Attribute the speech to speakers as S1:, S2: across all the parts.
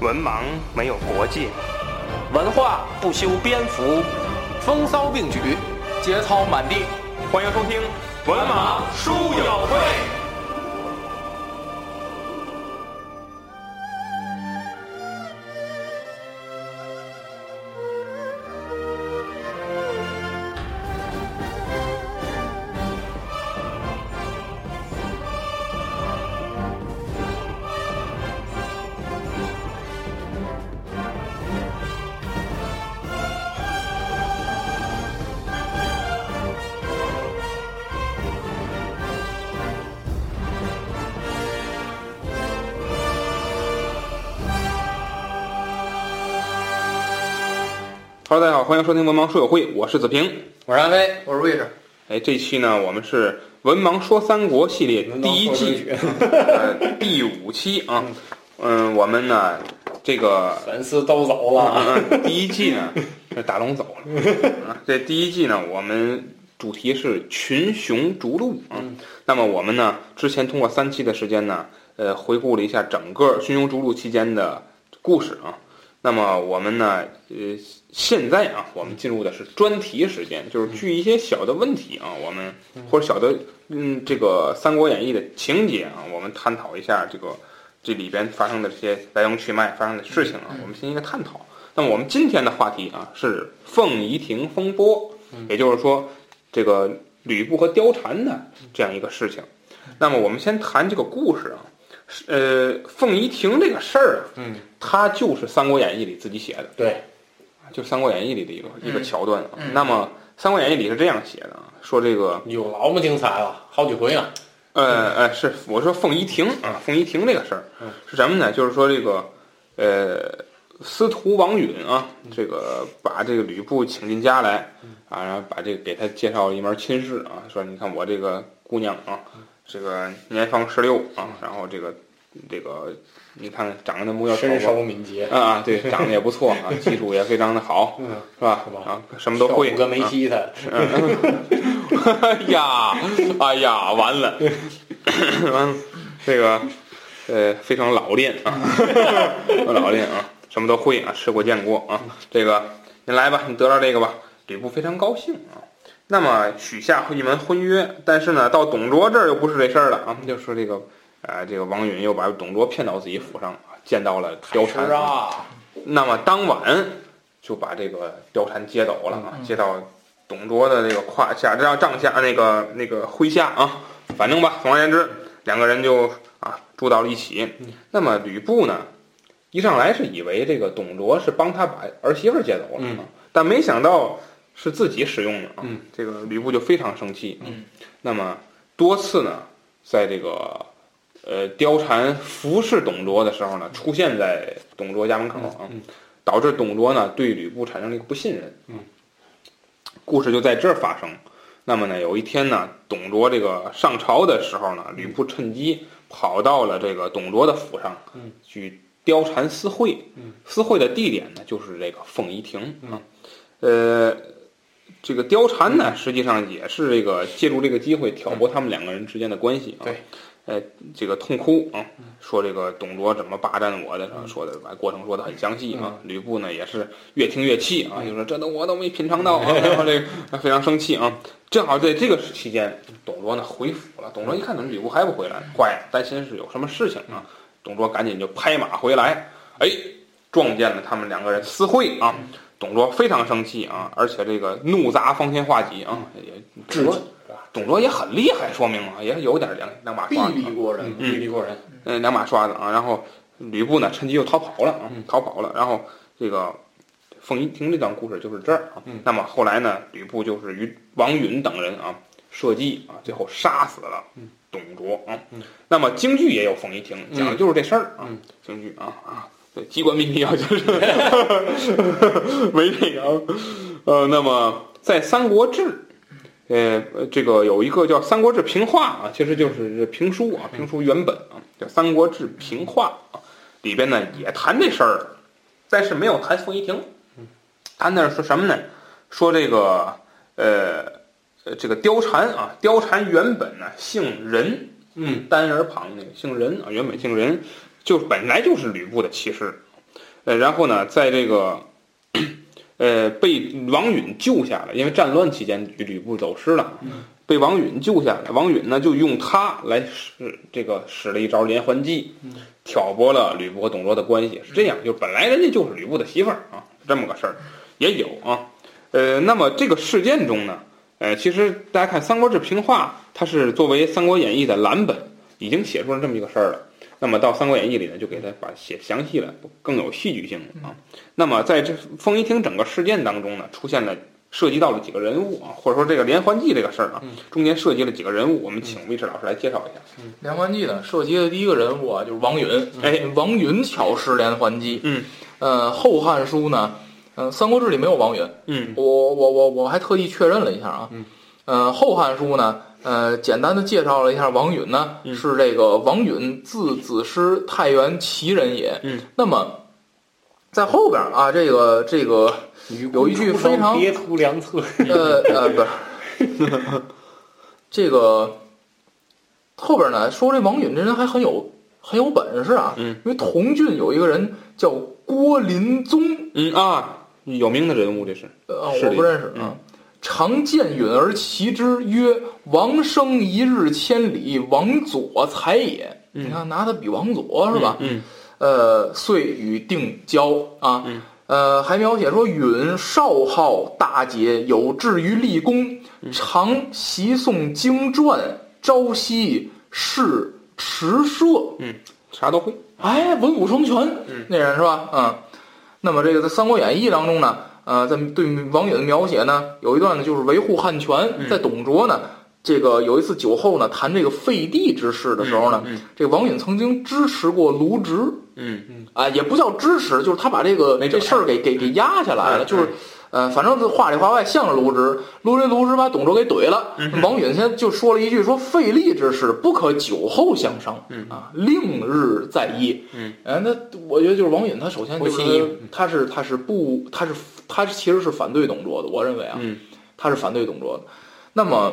S1: 文盲没有国界，
S2: 文化不修边幅，风骚并举，节操满地。
S1: 欢迎收听《文盲书友会》。Hello，大家好，欢迎收听文盲书友会，我是子平。
S2: 我是安飞，我是魏志。
S1: 哎，这期呢，我们是文盲说三国系列第一季，呃，第五期啊。嗯，我们呢，这个
S2: 粉丝都走了，
S1: 嗯，第一季呢，这大龙走了。啊这第一季呢，我们主题是群雄逐鹿啊。那么我们呢，之前通过三期的时间呢，呃，回顾了一下整个群雄逐鹿期间的故事啊。那么我们呢，呃，现在啊，我们进入的是专题时间，就是据一些小的问题啊，我们或者小的嗯，这个《三国演义》的情节啊，我们探讨一下这个这里边发生的这些来龙去脉发生的事情啊，我们进行一个探讨。那么我们今天的话题啊是凤仪亭风波，
S2: 嗯
S1: 也就是说这个吕布和貂蝉的这样一个事情。那么我们先谈这个故事啊，是呃，凤仪亭这个事儿，啊
S2: 嗯，
S1: 它就是《三国演义》里自己写的，
S2: 对，
S1: 就《三国演义》里的一个一个桥段啊。
S2: 嗯
S1: 那么《三国演义》里是这样写的啊，说这个
S2: 有老么精彩了，好几回了。
S1: 呃
S3: 嗯
S1: 呃，是我说凤仪亭啊，凤仪亭这个事儿
S2: 嗯
S1: 是什么呢？就是说这个呃，司徒王允啊，
S3: 嗯
S1: 这个把这个吕布请进家来啊，然后把这个给他介绍了一门亲事啊，说你看我这个姑娘啊，
S3: 嗯
S1: 这个年方十六啊，然后这个这个你看长得那模样
S3: 身
S1: 丑
S3: 手敏捷，
S1: 啊啊，对，长得也不错 啊，技术也非常的好，
S3: 嗯，
S1: 是吧
S3: 是？吧
S1: 啊，什么都会，
S3: 五个梅
S1: 啊
S3: 西他，
S2: 嗯
S1: 哎呀，哎呀，完了， 完了，这个呃非常老练 啊，老练啊，什么都会啊，吃过见过啊。这个您来吧，你得到这个吧。吕布非常高兴啊，那么许下一门婚约，但是呢，到董卓这儿又不是这事儿了啊，就说这个呃，这个王允又把董卓骗到自己府上啊，见到了貂
S3: 是
S1: 蝉
S3: 啊，
S1: 那么当晚就把这个貂蝉接走了
S3: 嗯
S1: 啊，接到董卓的这个胯下，让帐下那个那个麾下啊，反正吧，总而言之，两个人就啊住到了一起。
S3: 嗯
S1: 那么吕布呢，一上来是以为这个董卓是帮他把儿媳妇儿接走了、啊，但没想到是自己使用的啊。
S3: 嗯
S1: 这个吕布就非常生气。啊
S2: 嗯
S1: 那么多次呢，在这个呃貂蝉服侍董卓的时候呢，出现在董卓家门口啊，
S3: 嗯嗯
S1: 导致董卓呢对吕布产生了一个不信任。
S3: 嗯，
S1: 故事就在这儿发生。那么呢，有一天呢，董卓这个上朝的时候呢，吕布趁机跑到了这个董卓的府上，
S3: 嗯
S1: 去貂蝉私会。
S3: 嗯
S1: 私会的地点呢，就是这个凤仪亭
S3: 嗯
S1: 啊。呃，这个貂蝉
S3: 嗯
S1: 呢，实际上也是这个借助这个机会挑拨他们两个人之间的关系啊。
S3: 对，
S1: 呃，这个痛哭啊，说这个董卓怎么霸占我的，说的把过程说的很详细啊。吕布呢也是越听越气啊，就说这都我都没品尝到啊，然后这个非常生气啊。正好在这个期间，董卓呢回府了。董卓一看，怎么吕布还不回来？坏了，担心是有什么事情啊。董卓赶紧就拍马回来，哎，撞见了他们两个人私会啊。董卓非常生气啊，而且这个怒砸方天画戟啊，也董
S3: 智
S1: 卓董卓也很厉害，说明啊，也有点两两把
S3: 臂
S1: 刷子
S3: 力
S1: 啊，
S3: 过人，
S1: 嗯
S3: 臂力过人，
S1: 嗯，两把刷子啊。然后吕布呢，趁机又逃跑了啊，
S3: 嗯
S1: 逃跑了。然后这个凤仪亭这段故事就是这儿啊。
S3: 嗯
S1: 那么后来呢，吕布就是与王允等人啊设计啊，最后杀死了
S3: 嗯
S1: 董卓啊。
S3: 嗯
S1: 那么京剧也有凤仪亭，讲的就是这事儿啊。
S3: 嗯
S1: 京剧啊啊，对，机关秘密啊，就是 没这个啊。呃，那么在《三国志》。呃，这个有一个叫《三国志评话》啊，其实就是这评书啊，评书原本啊，叫《三国志评话》啊。里边呢也谈这事儿了，但是没有谈凤仪亭，谈的是说什么呢？说这个呃呃这个貂蝉啊，貂蝉原本呢姓任，啊
S2: 嗯
S1: 单人旁那个姓任啊，原本姓任，就本来就是吕布的妻室。呃，然后呢，在这个呃被王允救下来，因为战乱期间吕吕布走失了，被王允救下来。王允呢就用他来使这个使了一招连环计，挑拨了吕布和董卓的关系。是这样，就本来人家就是吕布的媳妇儿啊，是这么个事儿，也有啊。呃，那么这个事件中呢，呃，其实大家看《三国志平话》，它是作为《三国演义》的蓝本，已经写出了这么一个事儿了。那么到《三国演义》里呢，就给它把写详细了，更有戏剧性了啊。那么在这凤仪亭整个事件当中呢，出现了涉及到了几个人物啊，或者说这个连环计这个事儿啊，中间涉及了几个人物，我们请魏迟老师来介绍一下。
S2: 连环计呢，涉及的第一个人物啊，就是王允。
S1: 哎，
S2: 王允巧施连环计。
S1: 嗯，
S2: 呃，《后汉书》呢，呃，《三国志》里没有王允。
S1: 嗯
S2: 我我我我还特意确认了一下啊。
S1: 嗯，
S2: 呃，《后汉书》呢，呃，简单的介绍了一下王允呢，
S1: 嗯
S2: 是这个王允字子师，太原齐人也。
S1: 嗯，
S2: 那么在后边啊，这个这个嗯有一句非常
S3: 别途良策，
S2: 呃呃，不是， 这个后边呢说这王允这人还很有很有本事啊，
S1: 嗯
S2: 因为同郡有一个人叫郭林宗，
S1: 嗯啊，有名的人物这是，
S2: 呃，
S1: 是的
S2: 我不认识啊。
S1: 嗯
S2: 常见允而骑之，曰：“王生一日千里，王佐才也。”
S1: 嗯
S2: 你看，拿他比王佐是吧？
S1: 嗯
S2: 呃，遂与定交啊。
S1: 嗯
S2: 呃，还描写说允少好大节，有志于立功，
S1: 嗯
S2: 常习诵经传，朝夕侍持射。
S1: 嗯，啥都会。
S2: 哎，文武双全，
S1: 嗯
S2: 那人是吧？嗯，那么这个在《三国演义》当中呢，呃，在对王允的描写呢，有一段呢就是维护汉权，
S1: 嗯
S2: 在董卓呢，这个有一次酒后呢谈这个废帝之事的时候呢，
S1: 嗯嗯
S2: 这个王允曾经支持过卢植，
S1: 嗯
S2: 啊，也不叫支持，就是他把这个
S1: 没辙
S2: 这事儿给给给压下来了，
S1: 嗯
S2: 就是。呃，反正话里话外向着卢植，卢植卢植把董卓给怼了。
S1: 嗯
S2: 王允先就说了一句：“说废立之事，不可久后相商，啊，令日再议。”
S1: 嗯，
S2: 哎，那我觉得就是王允，他首先就
S3: 不信
S2: 是他是他是不他是他其实是反对董卓的，我认为啊，
S1: 嗯
S2: 他是反对董卓的。那么，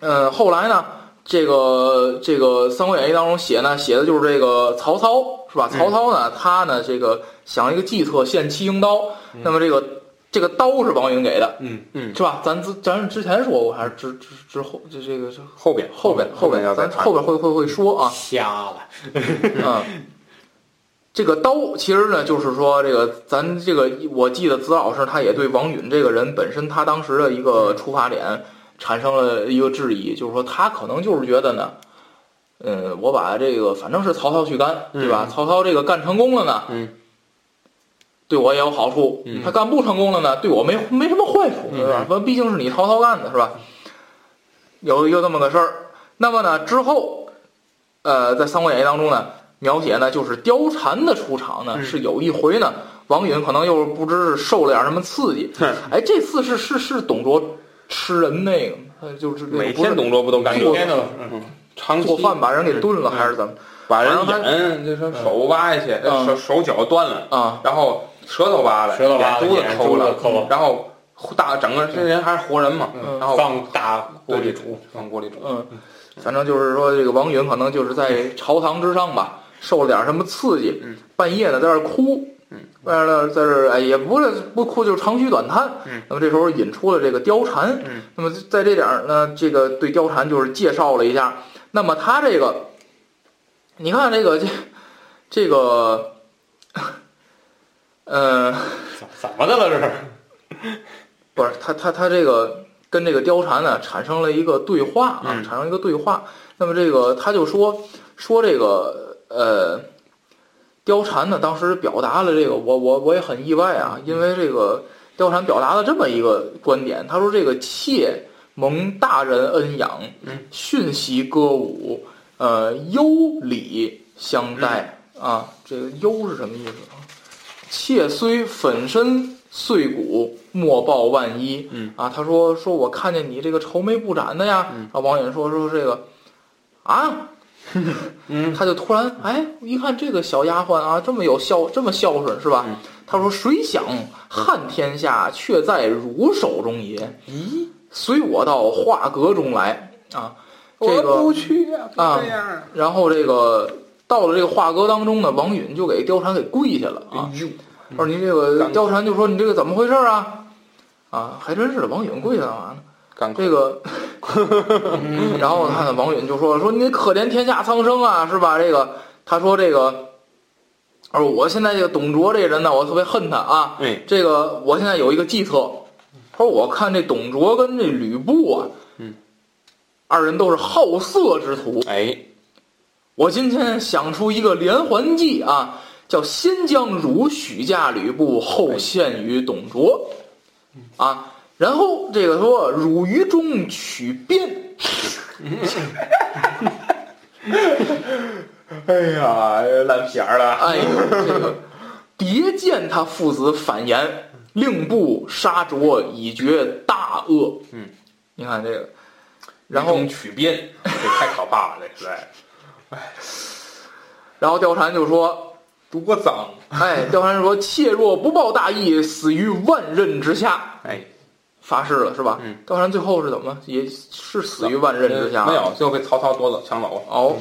S2: 呃，后来呢，这个这个《三国演义》当中写呢，写的就是这个曹操是吧？
S1: 嗯
S2: 曹操呢，他呢这个想了一个计策，献七星刀。那么这个这个刀是王允给的，
S3: 嗯，
S1: 嗯，
S2: 是吧？咱之咱之前说过，还是之之之后这这个这
S1: 后边
S2: 后边后边
S1: 要再
S2: 嗯咱
S1: 谈
S2: 后边会会会说啊，
S3: 瞎了，
S2: 嗯，这个刀其实呢，就是说这个咱这个，我记得子老师他也对王允这个人本身他当时的一
S1: 嗯
S2: 个出发点产生了一个质疑，就是说他可能就是觉得呢，嗯，我把这个反正是曹操去干，对吧？曹操这个干成功了呢，
S1: 嗯。
S2: 对我也有好处，
S1: 嗯
S2: 他干不成功了呢，对我没没什么坏处，对吧？反正毕竟是你曹操干的，是吧？有有这么个事儿。那么呢，之后，呃，在《三国演义》当中呢，描写呢就是貂蝉的出场
S1: 嗯
S2: 呢，是有一回呢，王允可能又不知是受了点什么刺激，哎，这次是是是董卓吃人那个吗，呃就是那个
S1: 每
S2: 不是
S1: 天董卓不都干这
S3: 每
S1: 个
S3: 天都
S1: 长
S2: 做
S1: 期
S2: 饭把人给炖了还是怎么
S1: 把人
S2: 然后他
S1: 眼就是手挖下去，
S2: 嗯
S1: 手手脚断了，
S2: 啊？
S1: 然后舌头挖了，
S3: 舌头挖了
S1: 眼珠子
S3: 眼
S1: 抠
S3: 珠子抠了
S1: 然后大整个这人还是活人嘛，
S2: 嗯
S1: 然后
S3: 放大锅
S1: 对
S3: 里煮，，
S1: 往锅里煮，
S2: 嗯，反正就是说这个王允可能就是在朝堂之上吧，受了点什么刺激，
S1: 嗯
S2: 半夜呢在这儿哭，
S1: 嗯，
S2: 在这儿在这儿哎也不是不哭就是长吁短叹，
S1: 嗯，
S2: 那么这时候引出了这个貂蝉，
S1: 嗯，
S2: 那么在这点儿呢，这个对貂蝉就是介绍了一下，那么他这个，你看这个这这个， 呃，
S3: 怎怎么的了这是？
S2: 不是他他他这个跟这个貂蝉呢产生了一个对话啊，
S1: 嗯
S2: 产生一个对话。那么这个他就说说这个呃，貂蝉呢当时表达了这个我我我也很意外啊，因为这个貂蝉表达了这么一个观点，他说这个妾蒙大人恩养
S1: 嗯，
S2: 训习歌舞，呃优礼相待、啊，这个优是什么意思啊？妾虽粉身碎骨，莫报万一。
S1: 嗯
S2: 啊，他说说我看见你这个愁眉不展的呀。
S1: 嗯
S2: 啊，王允说说这个啊，
S1: 嗯
S2: 他就突然哎，一看这个小丫鬟啊，这么有孝，这么孝顺是吧
S1: 嗯？
S2: 他说：“谁想汉天下，却在汝手中也。
S1: 咦，
S2: 随我到画阁中来啊！”这个
S1: 我不去呀，不
S2: 啊
S1: 这样。
S2: 然后这个到了这个画阁当中呢，王允就给貂蝉给跪下了啊。
S1: 哎呦，
S2: 说您这个
S1: 嗯
S2: 貂蝉就说你这个怎么回事啊？啊，还真是的，王允跪下干嘛呢？
S1: 干
S2: 这个， 然后他呢，王允就说说你可怜天下苍生啊，是吧？这个他说这个，而我现在这个董卓这个人呢，我特别恨他啊。
S1: 哎，
S2: 这个我现在有一个计策，他说我看这董卓跟这吕布啊，
S1: 嗯，
S2: 二人都是好色之徒，
S1: 哎，
S2: 我今天想出一个连环计啊，叫先将汝许嫁吕布，后献于董卓，啊，然后这个说汝于中取鞭，
S1: 哎呀，烂片儿了。
S2: 哎，这个别见他父子反言，令布杀卓以绝大恶。
S1: 嗯，
S2: 你看这个，然后
S1: 一种曲变，这太可怕了，这实在。
S2: 然后貂蝉就说
S1: 多脏！：“
S2: 哎，貂蝉说妾若不报大义，死于万刃之下。”
S1: 哎，
S2: 发誓了是吧？
S1: 嗯，
S2: 当然最后是怎么也是死于万刃之下，
S1: 没有，最后被曹操夺走抢走了。
S2: 哦，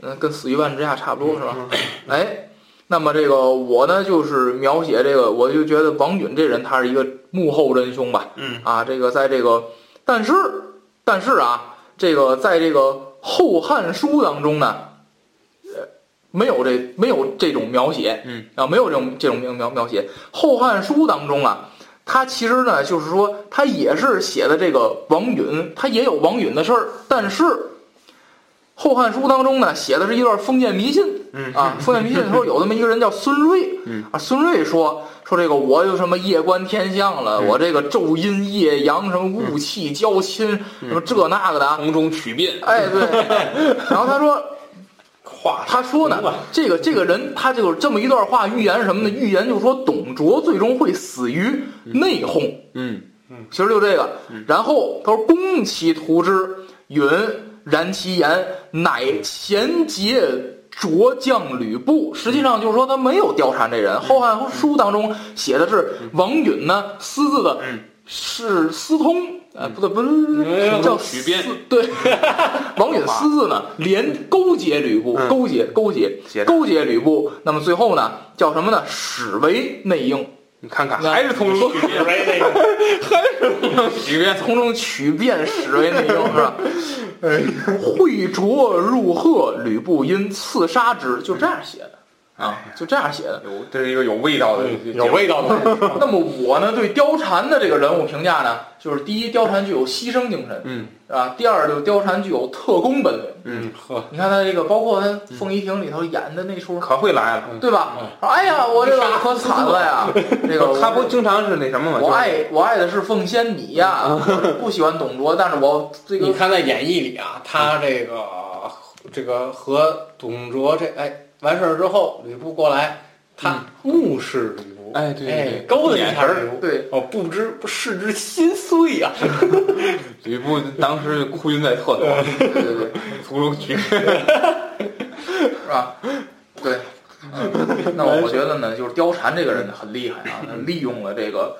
S2: 嗯，跟死于万刃之下差不多是吧？
S1: 嗯
S2: 哎，那么这个我呢，就是描写这个，我就觉得王允这人他是一个幕后真凶吧，
S1: 嗯
S2: 啊，这个在这个，但是但是啊，这个在这个《后汉书》当中呢，呃，没有这没有这种描写，
S1: 嗯
S2: 啊，没有这种这种描描描写，《后汉书》当中啊。他其实呢，就是说，他也是写的这个王允，他也有王允的事儿，但是《后汉书》当中呢，写的是一段封建迷信，
S1: 嗯
S2: 啊，封建迷信的时候有这么一个人叫孙瑞，
S1: 嗯
S2: 啊，孙瑞说说这个我有什么夜观天象
S1: 嗯
S2: 了，我这个昼阴夜阳什么雾气交侵，
S1: 嗯
S2: 什么这那个的啊，
S1: 从中曲变，
S2: 哎 对，然后他说
S3: 话
S2: 他说呢
S3: 明白，
S2: 这个这个人他就有这么一段话预言是什么呢？预言就说董卓最终会死于内讧，
S1: 嗯，
S2: 其实就这个。然后他说：“攻其图之，允然其言，乃前节卓将吕
S1: 嗯
S2: 布。”实际上就是说他没有貂蝉这人，《后汉书》当中写的是王允呢，私自的
S1: 嗯
S2: 是私通。呃，不对，不是
S1: 嗯
S2: 叫
S1: 曲变
S2: 私对， 王允私自呢，连勾结吕布，
S1: 嗯
S2: 勾结勾结
S1: 结
S2: 勾结吕布，那么最后呢，叫什么呢？始为内应，
S1: 你看看，
S2: 那
S1: 还是从中曲变，
S3: 来那个
S1: 曲变。
S2: 从中取变始为内应，是吧？惠卓入贺，吕布因刺杀之，就这样写的啊，就这样写的。
S1: 有，这是一个嗯有味道的，
S3: 有味道的，
S2: 那么我呢，对貂蝉的这个人物评价呢，就是第一，貂蝉具有牺牲精神，
S1: 嗯
S2: 啊；第二，就是貂蝉具有特工本领。
S1: 嗯，
S3: 呵，
S2: 你看她这个，包括她《凤仪亭》里头演的那出，
S1: 可会来了。
S2: 对吧？说哎呀，我这个可惨了呀，这个我
S1: 他不经常是那什么吗？
S2: 我
S1: 就是
S2: 爱我爱的是凤仙你呀，我不喜欢董卓，但是我这个
S3: 你看在演义里啊，他
S1: 嗯
S3: 这个这个和董卓这哎完事儿之后，吕布过来，他目视吕
S1: 嗯
S3: 布，
S1: 哎对对
S3: 哎
S1: 对，
S3: 勾搭一下吕布，
S2: 对
S3: 哦，不知不视之心碎啊呀，
S1: 吕布当时哭晕在厕所，
S2: 对对对。
S1: 从中曲变。
S2: 是吧？对，嗯、那我觉得呢，就是貂蝉这个人很厉害啊，她利用了这个，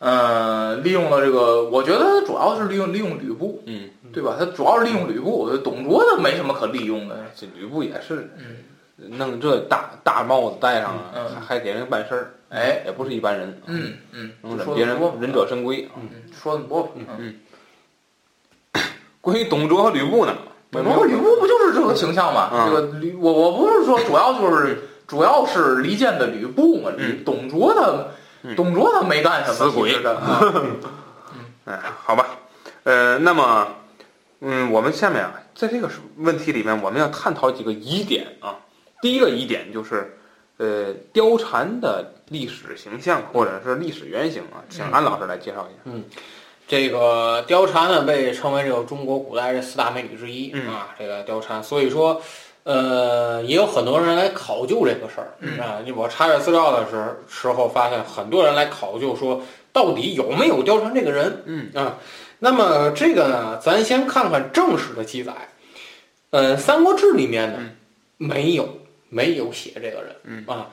S2: 呃，利用了这个，我觉得她主要是利用利用吕布，
S1: 嗯，
S2: 对吧？她主要是利用吕布，董卓他没什么可利用的，
S1: 这吕布也是
S2: 嗯，
S1: 弄这大大帽子戴上了，
S2: 嗯
S1: 还还给人办事儿，
S2: 哎，
S1: 也不是一般人。，
S2: 嗯嗯，
S1: 能忍
S2: 说
S1: 别
S2: 的
S1: 人
S2: 多，
S1: 忍者神龟啊。
S2: 嗯，说的多，嗯，
S1: 关于董卓和吕布呢，
S2: 嗯不过吕布不就是这个形象嘛？
S1: 嗯
S2: 这个吕，我我不是说主要就是主要是离间的吕布嘛，吕董卓他
S1: 嗯
S2: 董卓他没干什么，
S1: 死鬼
S2: 其实 他啊
S1: 哎，好吧，呃，那么，嗯，我们下面啊，在这个问题里面，我们要探讨几个疑点啊。第一个疑点就是，呃，貂蝉的历史形象或者是历史原型啊，请安老师来介绍一下。
S3: 这个貂蝉呢，被称为这个中国古代这四大美女之一、
S1: 嗯
S3: 啊，这个貂蝉，所以说，呃，也有很多人来考究这个事儿、
S1: 嗯
S3: 啊。我查阅资料的时候时候发现，很多人来考究说，到底有没有貂蝉这个人？
S1: 嗯
S3: 啊，那么这个呢，咱先看看正史的记载。呃，《三国志》里面呢
S1: 嗯，
S3: 没有没有写这个人，
S1: 嗯
S3: 啊，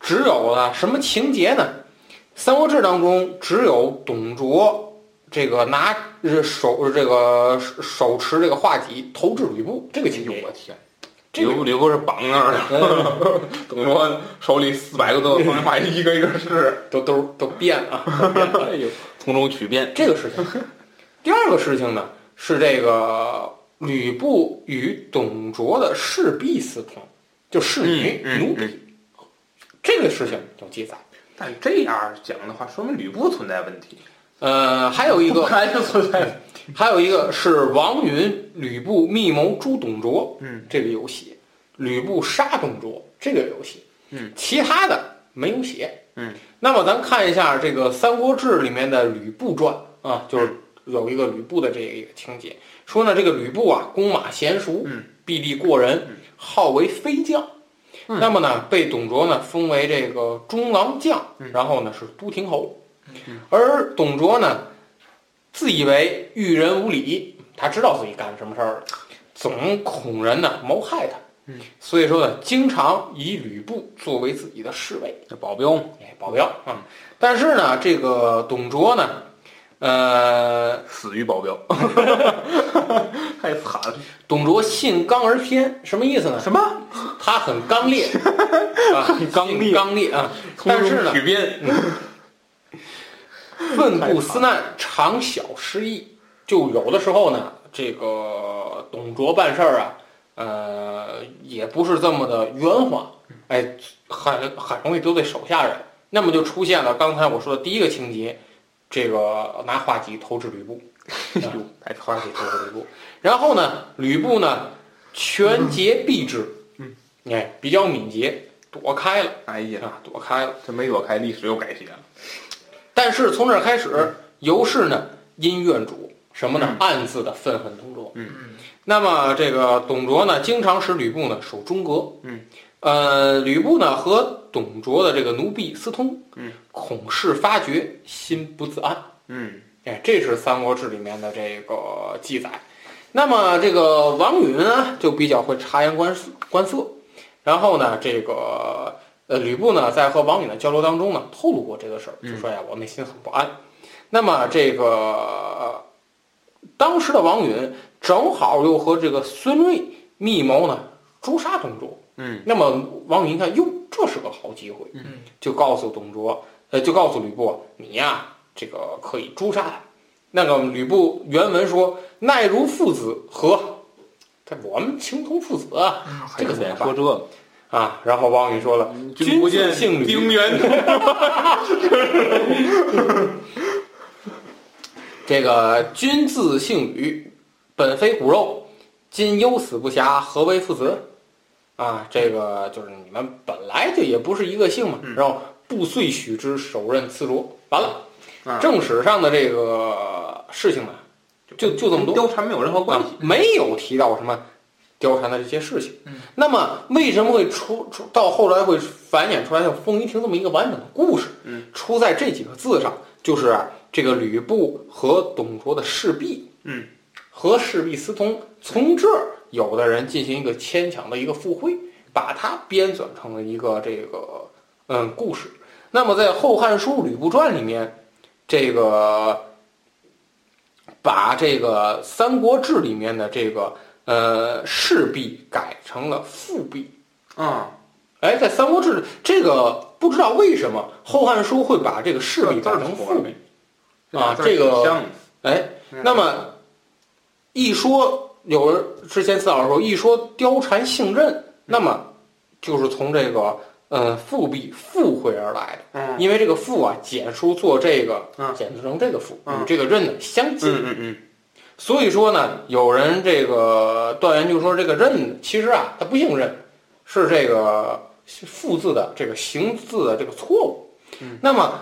S3: 只有啊什么情节呢？《三国志》当中只有董卓这个拿呃手这个手手持这个画戟投掷吕布这个情节，
S1: 我天，
S3: 这个
S1: 刘刘不是绑那儿的， 董卓手里四百个多方言话，一个一个试，
S3: 都都都变了， 都变了
S1: 哎呦，从中取变，
S3: 这个事情。第二个事情呢是这个吕布与董卓的侍婢私通，就侍女、
S1: 嗯嗯
S3: 奴婢、这个事情有记载。
S1: 但这样讲的话，说明吕布存在问题。
S3: 呃，还有一个
S2: 本来就存在
S3: 还有一个是王允、吕布密谋诛董卓，
S1: 嗯，
S3: 这个有写；吕布杀董卓，这个有写，
S1: 嗯，
S3: 其他的没有写，
S1: 嗯。
S3: 那么咱看一下这个《三国志》里面的吕布传啊，就是
S1: 嗯
S3: 有一个吕布的这一个情节，说呢这个吕布啊，弓马娴熟，
S1: 嗯，
S3: 臂力过人，号为飞将。
S1: 嗯
S3: 那么呢，被董卓呢封为这个中郎将，
S1: 嗯
S3: 然后呢是都亭侯，而董卓呢自以为遇人无礼，他知道自己干了什么事儿了，总恐人呢谋害他。
S1: 嗯，
S3: 所以说呢，经常以吕布作为自己的侍卫，
S1: 这保镖嘛，
S3: 哎，保镖啊。但是呢，这个董卓呢，呃，
S1: 死于保镖， 太惨 了。
S3: 董卓信刚而偏，什么意思呢？
S1: 什么？
S3: 他很 刚烈，啊、很
S1: 刚烈
S3: 刚烈啊。但是呢，
S1: 取变，
S3: 奋不思难，常小失意。就有的时候呢，这个董卓办事儿啊，呃，也不是这么的圆滑，哎，很很容易得罪手下人。那么就出现了刚才我说的第一个情节，这个拿画戟投掷吕布，啊
S1: 太惨
S3: 花戟投掷吕布。然后呢，吕布呢，权节避之，嗯，哎，比较敏捷，躲开了
S1: 哎呀，
S3: 啊，躲开了。
S1: 这没躲开，历史又改写了。
S3: 但是从这儿开始，
S1: 嗯
S3: 尤氏呢因怨主什么呢？暗自的愤恨董卓。
S1: 嗯
S2: 嗯
S3: 那么这个董卓呢，经常使吕布呢守中阁。
S1: 嗯。
S3: 呃，吕布呢和董卓的这个奴婢私通。
S1: 嗯。
S3: 恐事发觉，心不自安。
S1: 嗯，
S3: 哎，这是《三国志》里面的这个记载。那么这个王允呢，就比较会察言观色观色。然后呢，这个呃吕布呢，在和王允的交流当中呢，透露过这个事儿，就说呀，我内心很不安。那么这个呃当时的王允正好又和这个孙瑞密谋呢诛杀董卓。
S1: 嗯，
S3: 那么王允一看，哟，这是个好机会，
S2: 嗯，
S3: 就告诉董卓，呃，就告诉吕布，你呀、这个可以诛杀他。那个吕布原文说：“奈如父子何？”这我们情同父子啊，这个怎么办
S1: 说这个？
S3: 啊？然后王允说了：“
S1: 嗯君不见
S3: 姓吕，
S1: 丁 原。
S3: 这个君自姓吕，本非骨肉，今忧死不暇，何为父子？啊，这个就是你们本来就也不是一个姓
S1: 嗯
S3: 嘛。然后布遂许之，手刃刺卓。完了，
S1: 啊
S3: 正史上的这个事情呢，就就这么 多，
S1: 貂蝉没有任何关
S3: 啊
S1: 系。，
S3: 没有提到什么貂蝉的这些事情。
S1: 嗯
S3: 那么为什么会出出到后来会繁衍出来像风云亭这么一个完整的故事？
S1: 嗯，
S3: 出在这几个字上，就是啊这个吕布和董卓的侍婢，
S1: 嗯，
S3: 和侍婢私通，从这儿有的人进行一个牵强的一个附会，把它编纂成了一个这个嗯故事。那么在《后汉书·吕布传》里面，这个把这个《三国志》里面的这个呃侍婢改成了妇婢。
S1: 啊，
S3: 哎，在《三国志》这个不知道为什么《后汉书》会把这个侍婢改
S1: 字儿
S3: 成
S1: 错
S3: 妇
S1: 了
S3: 婢。啊
S1: 俩字儿挺
S3: 这个
S1: 像的
S3: 哎，
S1: 嗯
S3: 那么一说有人之前四老师说一说貂蝉姓任，
S1: 嗯
S3: 那么就是从这个呃复辟复回而来的，
S1: 嗯
S3: 因为这个复啊简书做这个
S1: 嗯
S3: 简字成这个复，
S1: 嗯
S3: 与这个任呢相近，
S1: 嗯嗯嗯，
S3: 所以说呢，有人这个断言就说这个任其实啊他不姓任，是这个复字的这个形字的这个错误。那么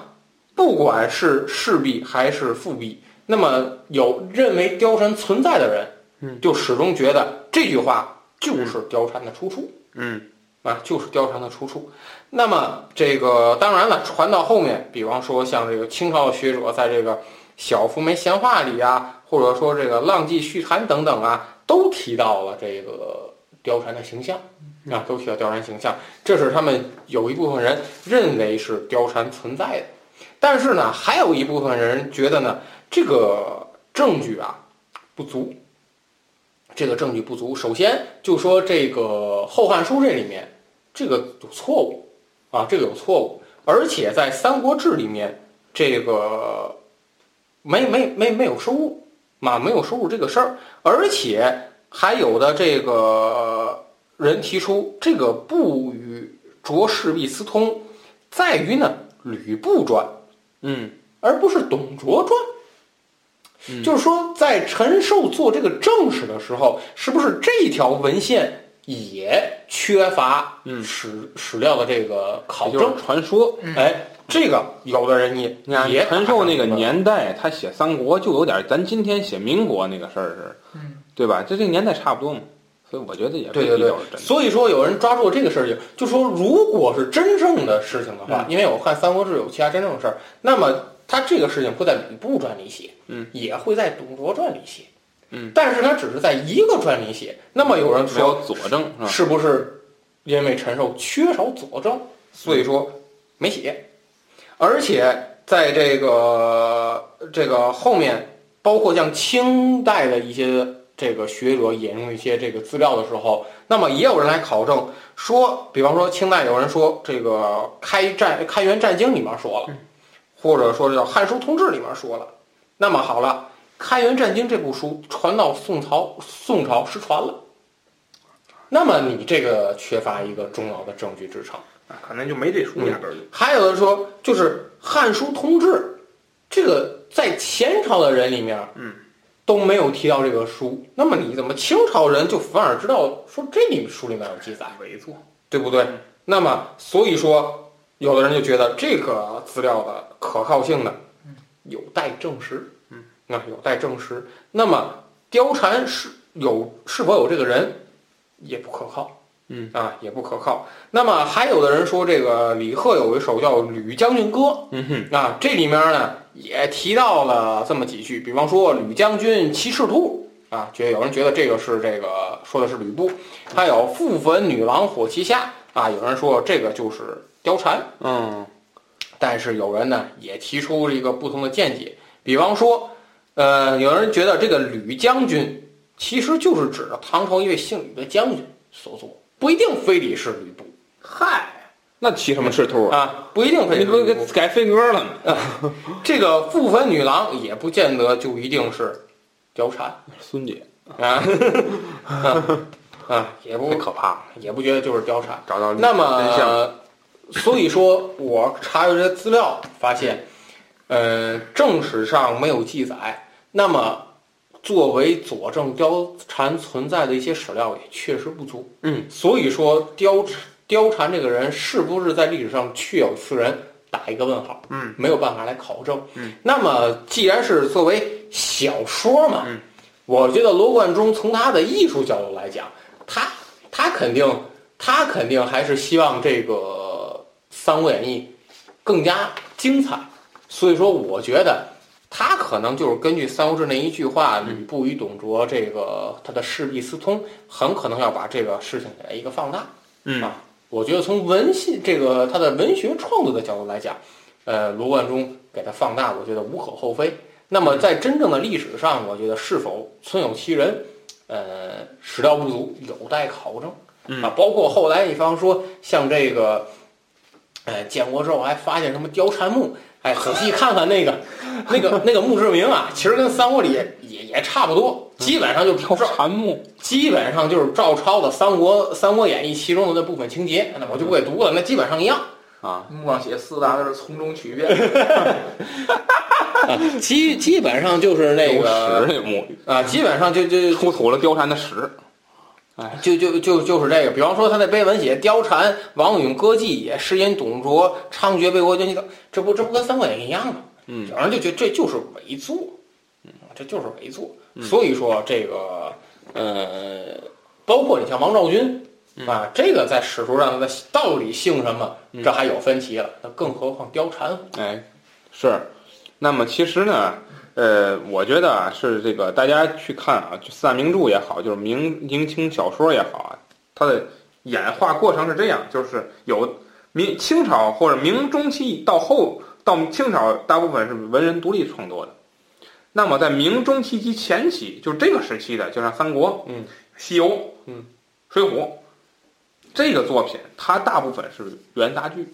S3: 不管是势必还是复必，那么有认为貂蝉存在的人，
S1: 嗯，
S3: 就始终觉得这句话就是貂蝉的出处。
S1: 嗯
S3: 啊，就是貂蝉的出处。那么这个当然了，传到后面，比方说像这个清朝的学者在这个《小福梅闲话》里啊，或者说这个《浪迹序谈》等等啊，都提到了这个貂蝉的形象啊，都提到貂蝉形象，这是他们有一部分人认为是貂蝉存在的，但是呢，还有一部分人觉得呢，这个证据啊不足，这个证据不足。首先就说这个《后汉书》这里面这个有错误啊，这个有错误，而且在《三国志》里面这个没没没没有收入。嘛，没有收入这个事儿，而且还有的这个人提出这个不与卓氏必私通，在于呢《吕布传》，
S1: 嗯，
S3: 而不是《董卓传》就是说，在陈寿做这个正史的时候，是不是这条文献也缺乏史、史料的这个考
S1: 嗯就是
S3: 证？
S1: 传说。
S3: 哎，这个有的人也
S1: 你看
S3: 也
S1: 陈寿那个
S3: 打上了
S1: 年代，他写三国就有点咱今天写民国那个事儿似的，
S2: 嗯，
S1: 对吧？这这个年代差不多嘛，所以我觉得也
S3: 对
S1: 未
S3: 对
S1: 必
S3: 对
S1: 都是，真的。
S3: 所以说有人抓住了这个事情，就说如果是真正的事情的
S1: 嗯
S3: 话，因为我看《三国志》有其他真正的事儿，那么他这个事情会在《吕布传》里写，
S1: 嗯，
S3: 也会在《董卓传》里写，
S1: 嗯，
S3: 但是他只是在一个传里写。那么有人
S1: 没有
S3: 说，
S1: 佐证是吧？
S3: 是不是因为陈寿缺少佐证，所以说没写？而且在这个这个后面，包括像清代的一些这个学者引用一些这个资料的时候，那么也有人来考证说，比方说清代有人说这个开战开元战经里面说
S1: 嗯
S3: 了，或者说叫《汉书通志》里面说了。那么好了，《开元战经》这部书传到宋朝，宋朝失传了。那么你这个缺乏一个重要的证据支撑。
S1: 啊可能就没这书
S3: 嗯
S1: 压根儿就。
S3: 还有的说，就是《汉书通志》，这个在前朝的人里面，
S1: 嗯，
S3: 都没有提到这个书。那么你怎么清朝人就反而知道说这里书里面有记载，
S1: 伪作，
S3: 对不对？那么所以说，有的人就觉得这个资料的可靠性呢，有待证实。嗯，那有待证实。那么貂蝉是有是否有这个人，也不可靠。
S1: 嗯
S3: 啊，也不可靠。那么还有的人说，这个李贺有一首叫《吕将军歌》，
S1: 嗯哼，
S3: 啊，这里面呢也提到了这么几句，比方说“吕将军骑赤兔”啊，觉得有人觉得这个是这个说的是吕布，还有“傅焚女郎火旗下”啊，有人说这个就是貂蝉，
S1: 嗯，
S3: 但是有人呢也提出了一个不同的见解，比方说，呃，有人觉得这个吕将军其实就是指的唐朝一位姓吕的将军所做，不一定非得是吕布
S2: 嗨，
S1: 那骑什么赤兔啊？
S3: 啊，呃不一定非得
S1: 你
S3: 是
S1: 不是给
S3: 吕布。
S1: 改飞鸽了吗？
S3: 这个傅焚女郎也不见得就一定是貂蝉
S1: 孙姐
S3: 啊啊，也不
S1: 太可怕了，
S3: 也不觉得就是貂蝉。
S1: 找到
S3: 那
S1: 真相
S3: 么，所以说我查阅这些资料发现，呃，正史上没有记载。那么，作为佐证貂蝉存在的一些史料也确实不足。
S1: 嗯，
S3: 所以说貂貂蝉这个人是不是在历史上确有此人，打一个问号。
S1: 嗯，
S3: 没有办法来考证。
S1: 嗯，
S3: 那么既然是作为小说嘛，
S1: 嗯
S3: 我觉得罗贯中从他的艺术角度来讲，他他肯定他肯定还是希望这个《三国演义》更加精彩。所以说，我觉得他可能就是根据《三国志》那一句话“吕布与董卓这个他的势必私通”，很可能要把这个事情给它一个放大。
S1: 嗯
S3: 啊，我觉得从文戏这个他的文学创作的角度来讲，呃，罗贯中给它放大，我觉得无可厚非。那么在真正的历史上，我觉得是否存有其人，呃，史料不足，有待考证。
S1: 嗯
S3: 啊，包括后来一方说，像这个，呃，建国之后还发现什么貂蝉墓，哎，仔细看看那个，那个那个墓志铭啊，其实跟三国里也也也差不多，基本上就照
S1: 貂蝉墓，
S3: 基本上就是照抄的《三国三国演义》其中的那部分情节，那我就不给读了，那基本上一样，
S1: 啊，
S2: 木上写四大字儿从中取变，
S3: 基基本上就是那
S1: 有
S3: 个
S1: 屎这墓
S3: 啊，基本上就就
S1: 出土了貂蝉的屎，
S3: 就就就就是这个，比方说他那碑文写貂蝉、王允歌妓也，是因董卓猖獗被国君，这不这不跟《三国演义》一样吗？
S1: 嗯
S3: 有人就觉得这就是伪作，嗯这就是伪作。所以说这个呃，包括你像王昭君啊，这个在史书上的到底姓什么，这还有分歧了。那更何况貂蝉，
S1: 哎，是。那么其实呢，呃，我觉得啊，是这个大家去看啊，就四大名著也好，就是明明清小说也好啊，它的演化过程是这样，就是有明清朝或者明中期到后到清朝，大部分是文人独立创作的。那么在明中期及前期，就这个时期的，就像三国、
S3: 嗯、
S1: 西游、
S3: 嗯、
S1: 水浒这个作品，它大部分是元杂剧，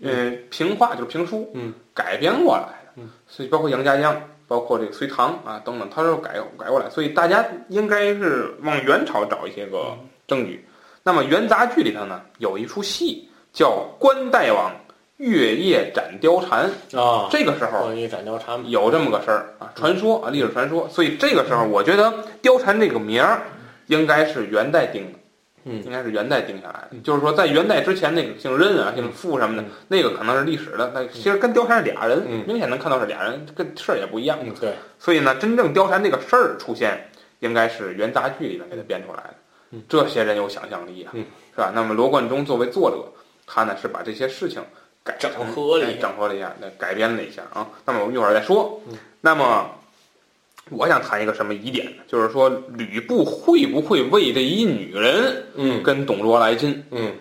S1: 嗯，评话就是评书，
S3: 嗯，
S1: 改编过来的，
S3: 嗯，
S1: 所以包括杨家将，包括这个隋唐啊等等，它都是改改过来，所以大家应该是往元朝找一些个
S3: 嗯
S1: 证据。那么元杂剧里头呢，有一出戏叫《关大王月夜斩貂蝉》，
S3: 啊，
S1: 这个时候
S3: 关于斩貂蝉，
S1: 有这么个事儿啊，传说啊，历史传说。所以这个时候，我觉得貂蝉这个名儿应该是元代定的，
S3: 嗯
S1: 应该是元代定下来的。就是说，在元代之前，那个姓任啊、姓傅什么的
S3: 嗯，
S1: 那个可能是历史的，那其实跟貂蝉是俩人
S3: 嗯，
S1: 明显能看到是俩人，这个事儿也不一样。啊
S3: 嗯，对，
S1: 所以呢，真正貂蝉这个事儿出现，应该是元杂剧里面给他编出来的。
S3: 嗯
S1: 这些人有想象力啊，
S3: 嗯
S1: 是吧？那么罗贯中作为作者，他呢是把这些事情改成
S3: 整合了一下
S1: 哎整合了一下，那改编了一下啊。那么我们一会儿再说。
S3: 嗯
S1: 那么我想谈一个什么疑点呢？就是说吕布会不会为这一女人
S3: 嗯
S1: 跟董卓来亲？
S3: 嗯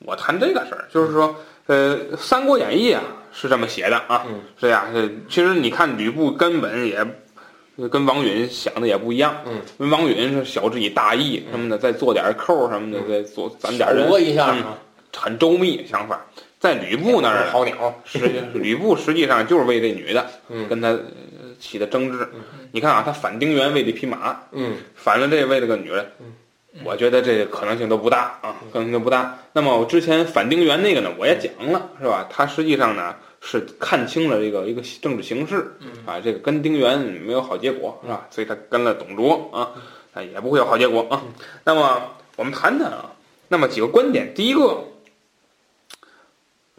S1: 我谈这个事儿，就是说，呃，《三国演义》啊是这么写的啊，
S3: 嗯
S1: 是这样。呃其实你看吕布根本也呃跟王允想的也不一样，
S3: 嗯，
S1: 王允是晓之以大义什么的，再做点扣什么的，再做攒点人，
S3: 磨嗯一下
S1: 嗯
S3: 啊，
S1: 很周密想法。在吕布那儿呢，
S3: 好鸟，
S1: 实际吕布实际上就是为这女的
S3: 嗯
S1: 跟他呃起的争执。你看啊，他反丁原为这匹马，
S3: 嗯
S1: 反了这为了个女人，我觉得这可能性都不大啊，可能性都不大。那么我之前反丁原那个呢，我也讲了，是吧？他实际上呢是看清了这个一个政治形势啊，这个跟丁原没有好结果，是吧？所以他跟了董卓啊，啊也不会有好结果啊。那么我们谈谈啊，那么几个观点，第一个。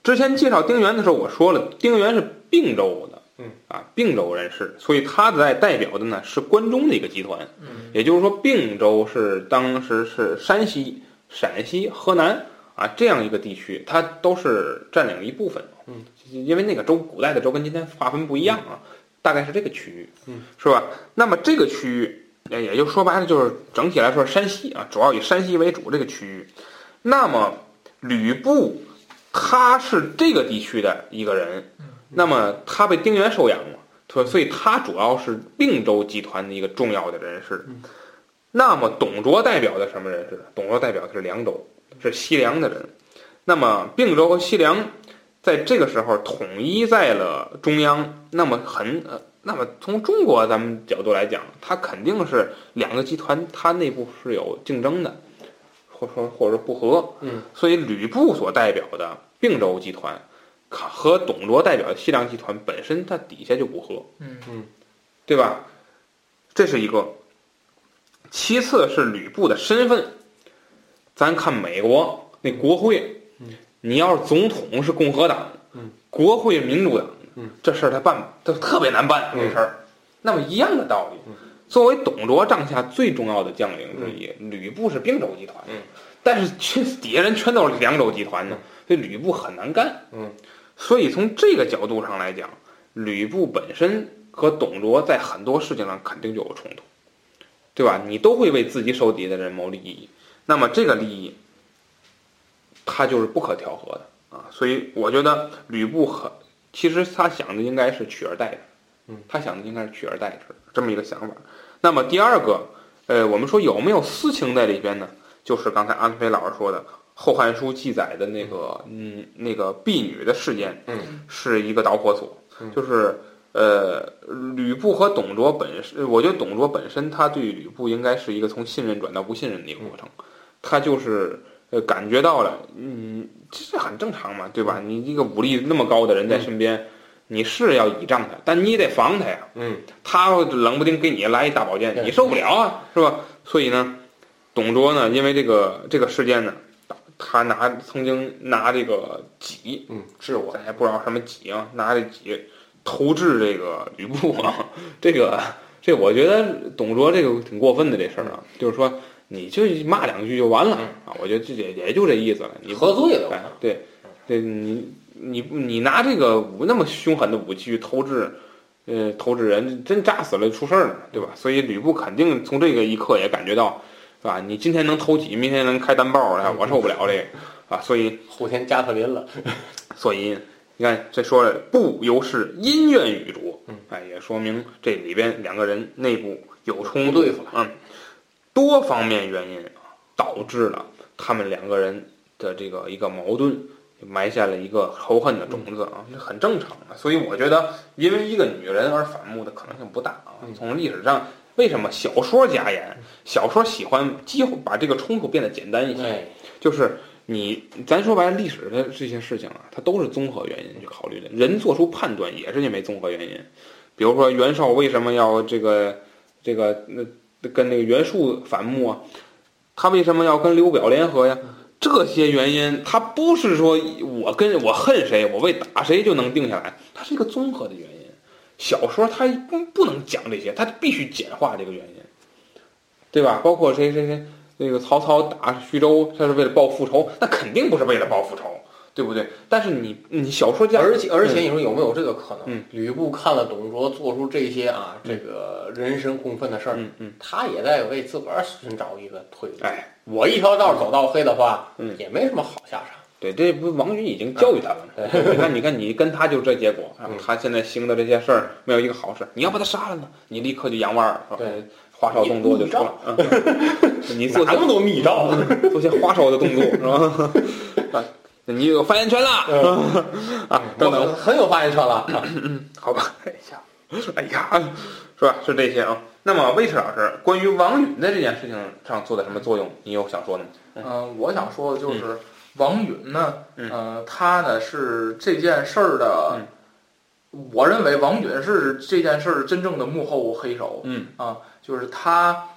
S1: 之前介绍丁原的时候，我说了，丁原是并州的，
S3: 嗯
S1: 啊，并州人士，所以他在代表的呢是关中的一个集团，
S2: 嗯，
S1: 也就是说，并州是当时是山西、陕西、河南啊这样一个地区，它都是占领了一部分，
S3: 嗯，
S1: 因为那个州古代的州跟今天划分不一样啊，大概是这个区域，
S3: 嗯，
S1: 是吧？那么这个区域，呃也就说白了，就是整体来说，山西啊，主要以山西为主这个区域，那么吕布。他是这个地区的一个人，
S3: 嗯
S1: 那么他被丁原收养了，所所以他主要是并州集团的一个重要的人士。那么董卓代表的什么人士？董卓代表的是凉州，是西凉的人。那么并州和西凉在这个时候统一在了中央，那么很呃，那么从中国咱们角度来讲，它肯定是两个集团，它内部是有竞争的，或说或者说不和。
S3: 嗯，
S1: 所以吕布所代表的并州集团和董卓代表的西凉集团本身它底下就不和，
S2: 嗯
S1: 对吧？这是一个。其次是吕布的身份，咱看美国那国会，
S3: 嗯
S1: 你要是总统是共和党，
S3: 嗯
S1: 国会民主党，
S3: 嗯
S1: 这事儿他办他特别难办、
S3: 嗯
S1: 这事儿。那么一样的道理，作为董卓帐下最重要的将领之一，吕布是并州集团的，
S3: 嗯
S1: 但是却底下人全都是凉州集团的，所以吕布很难干。
S3: 嗯，
S1: 所以从这个角度上来讲，吕布本身和董卓在很多事情上肯定就有冲突，对吧？你都会为自己手底下的人谋利益，那么这个利益，他就是不可调和的啊。所以我觉得吕布很，其实他想的应该是取而代之，
S3: 嗯，
S1: 他想的应该是取而代之这么一个想法。那么第二个，呃，我们说有没有私情在里边呢？就是刚才安飞老师说的，《后汉书》记载的那个，嗯，那个婢女的事件，
S3: 嗯，
S1: 是一个导火索，
S3: 嗯
S1: 就是呃，吕布和董卓本身，我觉得董卓本身他对吕布应该是一个从信任转到不信任的一个过程，
S3: 嗯
S1: 他就是呃感觉到了，嗯，这很正常嘛，对吧？
S3: 嗯
S1: 你一个武力那么高的人在身边，你是要倚仗他，但你也得防他呀，
S3: 嗯
S1: 他冷不丁给你来一大宝剑，
S3: 对
S1: 你受不了啊，是吧？所以呢，董卓呢，因为这个这个事件呢，他拿曾经拿这个戟，
S3: 嗯，是我，
S1: 咱也不知道什么戟啊，拿着戟投掷这个吕布啊， 这个这我觉得董卓这个挺过分的这事儿啊，就是说你就骂两句就完了、啊，我觉得这也也就这意思了，你
S3: 喝醉了
S1: 哎，对，对你你你拿这个武那么凶狠的武器去投掷呃，投掷人真炸死了出事儿了，对吧？所以吕布肯定从这个一刻也感觉到，是吧？你今天能投几，明天能开单爆了，我受不了这个啊！所以，
S3: 后天加特林了，
S1: 所以你看这说了，不由是因怨与浊，
S3: 嗯
S1: 哎，也说明这里边两个人内部有冲
S3: 不
S1: 突
S3: 对付了，
S1: 嗯，多方面原因导致了他们两个人的这个一个矛盾。埋下了一个仇恨的种子啊，
S3: 嗯
S1: 这很正常的。所以我觉得，因为一个女人而反目的可能性不大啊。
S3: 嗯
S1: 从历史上，为什么小说加言？小说喜欢几乎把这个冲突变得简单一些，
S3: 哎，
S1: 就是你，咱说白了，历史的这些事情啊，它都是综合原因去考虑的。人做出判断也是因为综合原因，比如说袁绍为什么要这个这个那跟那个袁术反目啊？他为什么要跟刘表联合呀？这些原因，他不是说我跟我恨谁，我为打谁就能定下来，它是一个综合的原因。小说它不不能讲这些，它必须简化这个原因，对吧？包括谁谁谁，那个曹操打徐州，他是为了报复仇，那肯定不是为了报复仇，对不对？但是你你小说家，
S3: 而且而且，你说有没有这个可能？
S1: 嗯
S3: 吕布看了董卓做出这些啊，这个人神共愤的事儿，
S1: 嗯嗯，
S3: 他也在为自个儿寻找一个退路。
S1: 哎，
S3: 我一条道走到黑的话，
S1: 嗯
S3: 也没什么好下场。
S1: 对，这不王允已经教育他了吗？你看，你看，你跟他就这结果，然后他现在行的这些事儿没有一个好事。你要把他杀了呢，你立刻就扬腕儿，是吧
S3: 对，
S1: 花哨动作就出来了。嗯你 做些
S3: 哪那么多密道？
S1: 做些花哨的动作是吧？ 啊你有发言权啦！ 啊，等等
S3: 我，很有发言权了。
S1: 嗯好吧，哎呀，哎呀，是吧？是这些啊。那么，魏迟老师关于王允在这件事情上做的什么作用，你有想说的吗？
S2: 嗯，我想说的就是王允呢，
S1: 嗯
S2: 呃，他呢是这件事儿的
S1: 嗯，
S2: 我认为王允是这件事儿真正的幕后黑手
S1: 嗯
S2: 啊，就是他，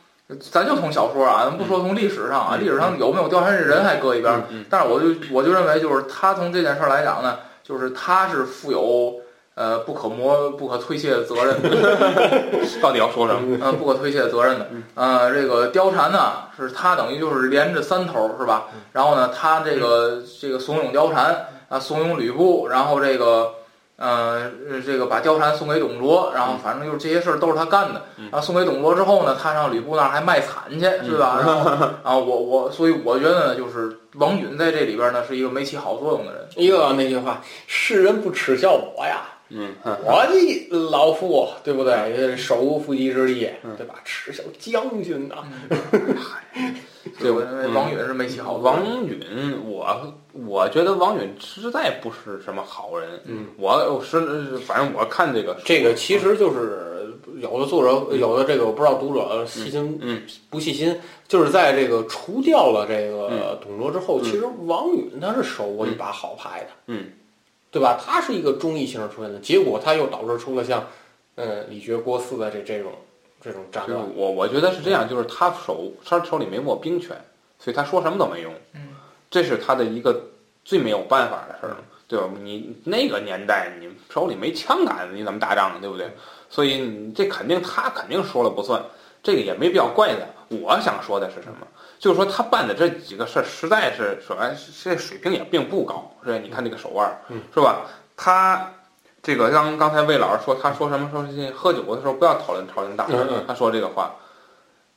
S2: 咱就从小说啊，咱不说从历史上啊，
S1: 嗯
S2: 历史上有没有貂蝉这人还搁一边儿，
S1: 嗯
S2: 但是我就我就认为就是他从这件事儿来讲呢，就是他是负有。呃，不可磨、不可推卸的责任，
S1: 到底要说什么？
S2: 嗯，不可推卸的责任的
S1: 嗯。
S2: 呃，这个貂蝉呢，是她等于就是连着三头是吧？然后呢，她这个这个怂恿貂蝉啊，怂恿吕布，然后这个呃这个把貂蝉送给董卓，然后反正就是这些事儿都是他干的
S1: 嗯。
S2: 然后送给董卓之后呢，他上吕布那儿还卖惨去，是吧？然后啊，我我所以我觉得呢，就是王允在这里边呢是一个没起好作用的人。
S3: 又要那句话，世人不耻笑我呀。
S1: 嗯嗯
S3: 我这老夫，对不对？手无缚鸡之力，
S1: 嗯
S3: 对吧？耻笑将军呐、
S2: 对，我认为王允是没起好作用的人。
S1: 王允，我我觉得王允实在不是什么好人。
S3: 嗯，
S1: 我我是反正我看这个
S3: 这个其实就是有的作者，有的这个我不知道读者细心
S1: 嗯
S3: 不细心，就是在这个除掉了这个
S1: 嗯
S3: 董卓之后，其实王允他是手握一把好牌的，
S1: 嗯
S3: 对吧？他是一个忠义性出身的，结果他又导致出了像嗯李傕郭汜的这这种这种战
S1: 就是
S3: 乱。
S1: 我我觉得是这样，就是他手他手里没握兵权，所以他说什么都没用。
S2: 嗯，
S1: 这是他的一个最没有办法的事儿，对吧？你那个年代你手里没枪杆子，你怎么打仗啊？对不对？所以你这肯定他肯定说了不算，这个也没必要怪他。我想说的是什么？就是说他办的这几个事儿，实在是首先这水平也并不高，是吧？你看这个手腕儿
S3: 嗯，
S1: 是吧？他这个刚刚才魏老师说，他说什么？说这喝酒的时候不要讨论朝廷大事
S3: 嗯嗯，
S1: 他说这个话。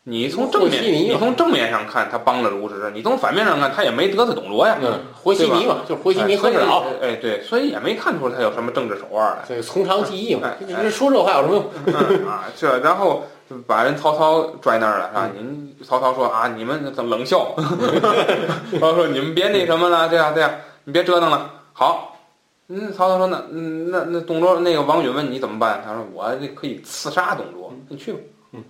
S1: 你从正
S3: 和
S1: 面，
S3: 稀泥
S1: 你
S3: 嘛
S1: 从正面上看，他帮了卢植；你从反面上看，他也没得罪董卓呀。
S3: 嗯，和稀泥嘛，就是和稀泥
S1: 所
S3: 和
S1: 以
S3: 不了。
S1: 哎，对，所以也没看出他有什么政治手腕来。
S3: 这个从长计议嘛
S1: 哎，
S3: 你
S1: 哎
S3: 这说这话有什么用？
S1: 嗯啊，这然后把人曹操拽那儿了，是吧？您曹操说啊，你们怎么冷笑？ 曹操说你们别那什么了，这样这样，你别折腾了。好，嗯，曹操说那嗯那那董卓那个王允问你怎么办？他说我这可以刺杀董卓，你去吧，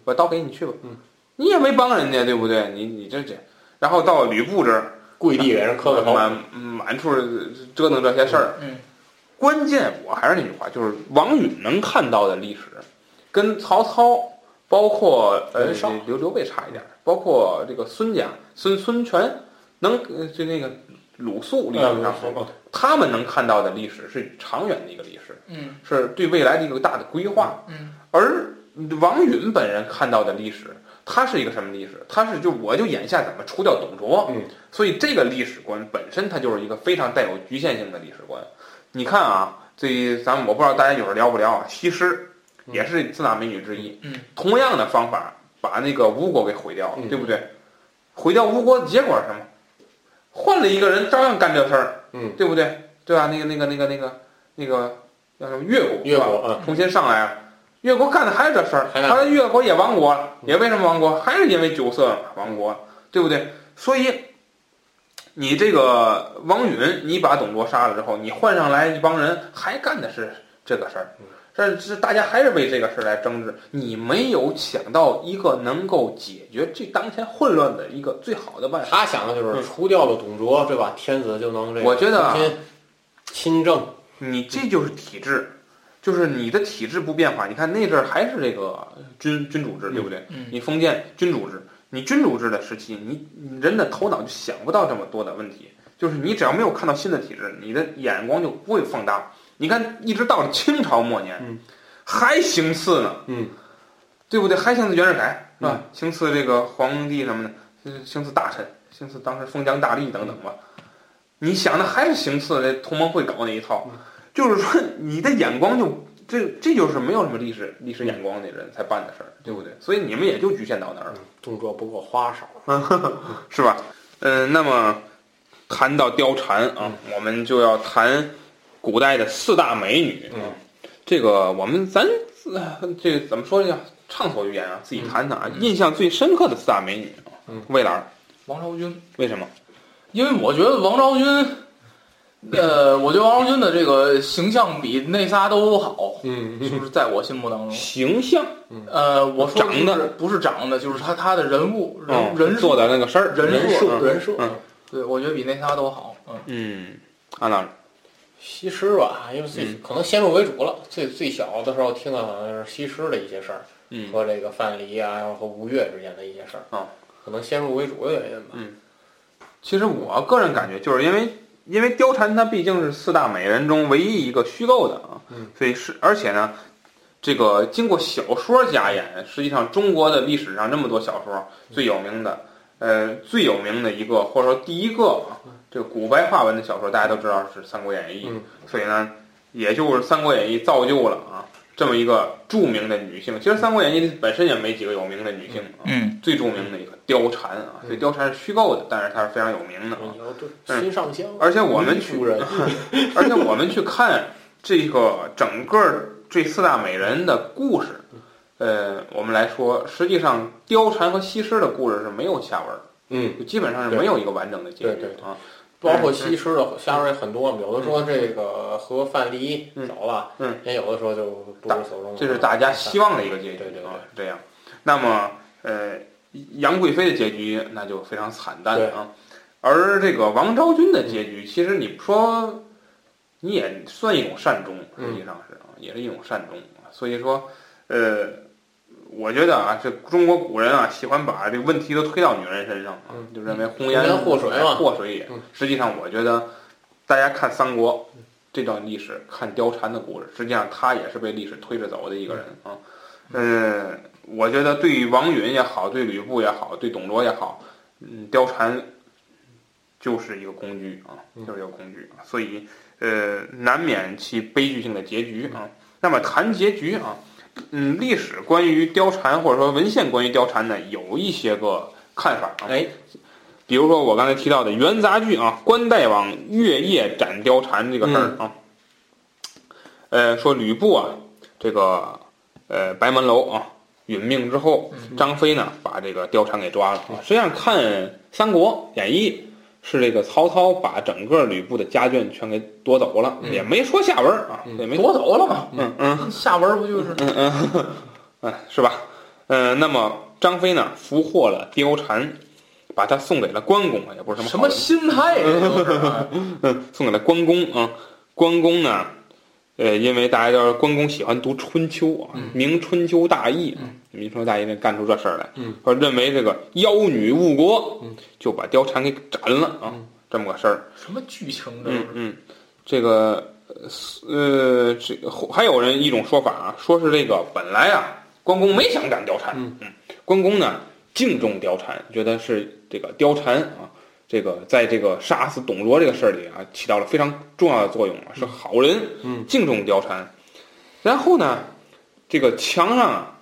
S1: 把刀给你去吧
S3: 嗯，
S1: 你也没帮人家，对不对？你你这这，然后到吕布这儿，
S3: 跪地给人磕个头。
S1: 满嗯满处折腾这些事儿，
S2: 嗯，
S1: 关键我还是那句话，就是王允能看到的历史，跟曹操，包括呃
S3: 袁绍
S1: 刘刘备差一点儿，包括这个孙家孙孙权，能呃就那个鲁肃历史上、
S3: 嗯
S1: 他们能看到的历史是长远的一个历史，
S2: 嗯
S1: 是对未来的一个大的规划。
S2: 嗯
S1: 而王允本人看到的历史，他是一个什么历史？他是就我就眼下怎么除掉董卓，
S3: 嗯
S1: 所以这个历史观本身它就是一个非常带有局限性的历史观。你看啊，这咱们我不知道大家有时候聊不聊啊，西施，也是四大美女之一。
S2: 嗯，
S1: 同样的方法把那个吴国给毁掉了，
S3: 嗯
S1: 对不对？毁掉吴国的结果是什么？换了一个人，照样干这事儿，
S3: 嗯，
S1: 对不对？对吧？那个、那个、那个、那个、那个叫什么越国？
S3: 越
S1: 是吧
S3: 国啊，
S1: 重新上来了。越国干的还是这事儿，
S3: 还干
S1: 后来越国也亡国了，
S3: 嗯
S1: 也为什么亡国？还是因为酒色亡国，对不对？所以你这个王允，你把董卓杀了之后，你换上来一帮人还干的是这个事儿
S3: 嗯，
S1: 这是大家还是为这个事儿来争执。你没有想到一个能够解决这当前混乱的一个最好的办法。
S3: 他想的
S1: 嗯
S3: 就是除掉了董卓，对吧？天子就能这个
S1: 我觉得啊
S3: 重新亲政，
S1: 你这就是体制，就是你的体制不变化。你看那阵儿还是这个君君主制，对不对？
S2: 嗯
S1: 你封建君主制，你君主制的时期，你你人的头脑就想不到这么多的问题，就是你只要没有看到新的体制，你的眼光就不会放大。你看，一直到了清朝末年，
S3: 嗯
S1: 还行刺呢，
S3: 嗯，
S1: 对不对？还行刺袁世凯是吧？行刺这个皇帝什么的，呃行刺大臣，行刺当时封疆大吏等等吧。你想的还是行刺这同盟会搞那一套，就是说你的眼光就这这就是没有什么历史历史眼光的人才办的事儿，对不对？所以你们也就局限到那儿了，
S2: 嗯
S3: 董卓不够花哨。
S1: 是吧？嗯、那么谈到貂蝉啊，
S2: 嗯
S1: 我们就要谈古代的四大美女
S2: 嗯
S1: 啊。这个我们咱呃这个怎么说呢？畅所欲言啊，自己谈谈
S2: 嗯
S1: 啊。印象最深刻的四大美女啊，
S3: 嗯
S1: 魏兰儿
S2: 王昭君，
S1: 为什么？
S2: 因为我觉得王昭君，呃，我觉得王昭君的这个形象比那仨都好，
S3: 嗯
S2: 就是在我心目当中。
S1: 形象
S2: 呃，我说
S1: 长得
S2: 的不是长得，就是她她的人物人、
S1: 嗯
S2: 人
S1: 做
S2: 设，
S1: 的那个事儿，
S2: 人
S1: 人
S2: 设
S1: 设，
S3: 人设，
S1: 嗯
S2: 对我觉得比那仨都好。嗯，
S1: 嗯，安娜
S3: 西施吧，因为最、
S1: 嗯
S3: 可能先入为主了。最最小的时候听的好像是西施的一些事儿，
S1: 嗯
S3: 和这个范蠡啊，然后和吴越之间的一些事儿。
S1: 啊
S3: 可能先入为主的原因吧。
S1: 其实我个人感觉，就是因为因为貂蝉她毕竟是四大美人中唯一一个虚构的啊，
S3: 嗯
S1: 所以是而且呢，这个经过小说加演，实际上中国的历史上这么多小说
S3: 嗯
S1: 最有名的，呃，最有名的一个或者说第一个啊这个古白话文的小说，大家都知道是《三国演义》
S3: 嗯
S1: 所以呢，也就是《三国演义》造就了啊这么一个著名的女性。其实《三国演义》本身也没几个有名的女性啊，
S2: 嗯，
S1: 最著名的一个貂蝉啊，
S3: 嗯
S1: 所以貂蝉是虚构的，但是它是非常有名的啊。
S3: 嗯，有对
S1: 嗯
S3: 新上香，
S1: 而且我们
S3: 民
S1: 去
S3: 族人，
S1: 而且我们去看这个整个这四大美人的故事，呃，我们来说，实际上貂蝉和西施的故事是没有下文儿，
S3: 嗯，
S1: 就基本上是没有一个完整的结局
S3: 对对对
S1: 啊。
S3: 包括西施的下边也很多嘛。有的说这个和范蠡
S1: 嗯
S3: 走了，
S1: 嗯，
S3: 也有的说就不知所终了。
S1: 这是大家希望的一个结局
S3: 对对对
S1: 啊，是这样。那么，呃，杨贵妃的结局那就非常惨淡
S3: 对嗯
S1: 啊，而这个王昭君的结局，其实你说你也算一种善终，
S3: 嗯
S1: 实际上是啊，也是一种善终。啊所以说，呃，我觉得啊，这中国古人啊，喜欢把这个问题都推到女人身上啊，就认为红颜
S3: 嗯红颜祸水嘛
S1: 祸水也
S3: 嗯。
S1: 实际上，我觉得大家看三国这段历史，看貂蝉的故事，实际上她也是被历史推着走的一个人啊。嗯，我觉得对于王允也好，对吕布也好，对董卓也好，嗯，貂蝉就是一个工具啊，
S3: 嗯
S1: 就是一个工具啊，所以呃，难免其悲剧性的结局
S3: 嗯
S1: 啊。那么谈结局啊，嗯，历史关于貂蝉或者说文献关于貂蝉呢，有一些个看法啊。
S3: 哎，
S1: 比如说我刚才提到的元杂剧啊，关大王月夜斩貂蝉这个事
S3: 嗯
S1: 儿啊，呃，说吕布啊，这个呃白门楼啊殒命之后，
S3: 嗯
S1: 张飞呢把这个貂蝉给抓了啊。实际上看《三国演义》是这个曹操把整个吕布的家眷全给夺走了，
S3: 嗯
S1: 也没说下文儿啊，
S3: 嗯
S1: 也没
S2: 夺走了嘛。
S1: 嗯嗯。
S2: 下文不就是？
S1: 嗯，是吧？呃，那么张飞呢，俘获了貂蝉，把她送给了关公啊，也不是什
S2: 什
S1: 么好
S2: 么
S1: 人
S2: 心态 呀？这都是啊
S1: 嗯，送给了关公啊。关公呢，呃，因为大家知道关公喜欢读《春秋》啊，明春秋大义》啊，明春秋大义呢干出这事儿来，
S3: 嗯，
S1: 说认为这个妖女误国，
S3: 嗯，
S1: 就把貂蝉给斩了啊，这么个事儿。
S2: 什么剧情？这
S1: 嗯
S2: 是
S1: 嗯，这个呃，这个后还有人一种说法啊，说是这个本来啊，关公没想斩貂蝉，
S3: 嗯
S1: 关公呢敬重貂蝉，觉得是这个貂蝉啊，这个在这个杀死董卓这个事儿里啊，起到了非常重要的作用啊，是好人，
S3: 嗯
S1: 敬重貂蝉。然后呢，这个墙上啊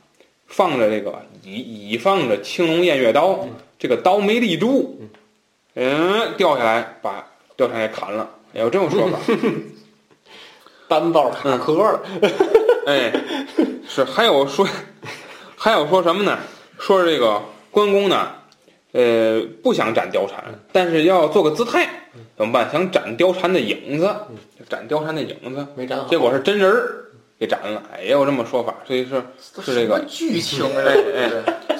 S1: 放着这个倚倚放着青龙偃月刀，
S3: 嗯
S1: 这个刀没立住，嗯，掉下来把貂蝉给砍了。哎，有这种说法，
S3: 单爆卡壳了，
S1: 哎，是还有说，还有说什么呢？说这个关公呢，呃，不想斩貂蝉，
S3: 嗯
S1: 但是要做个姿态，怎么办？想斩貂蝉的影子，斩�貂蝉的影子，
S3: 没粘好。
S1: 结果是真人儿给斩了。哎，也有这么说法，所以是是这个，哎
S2: 剧情啊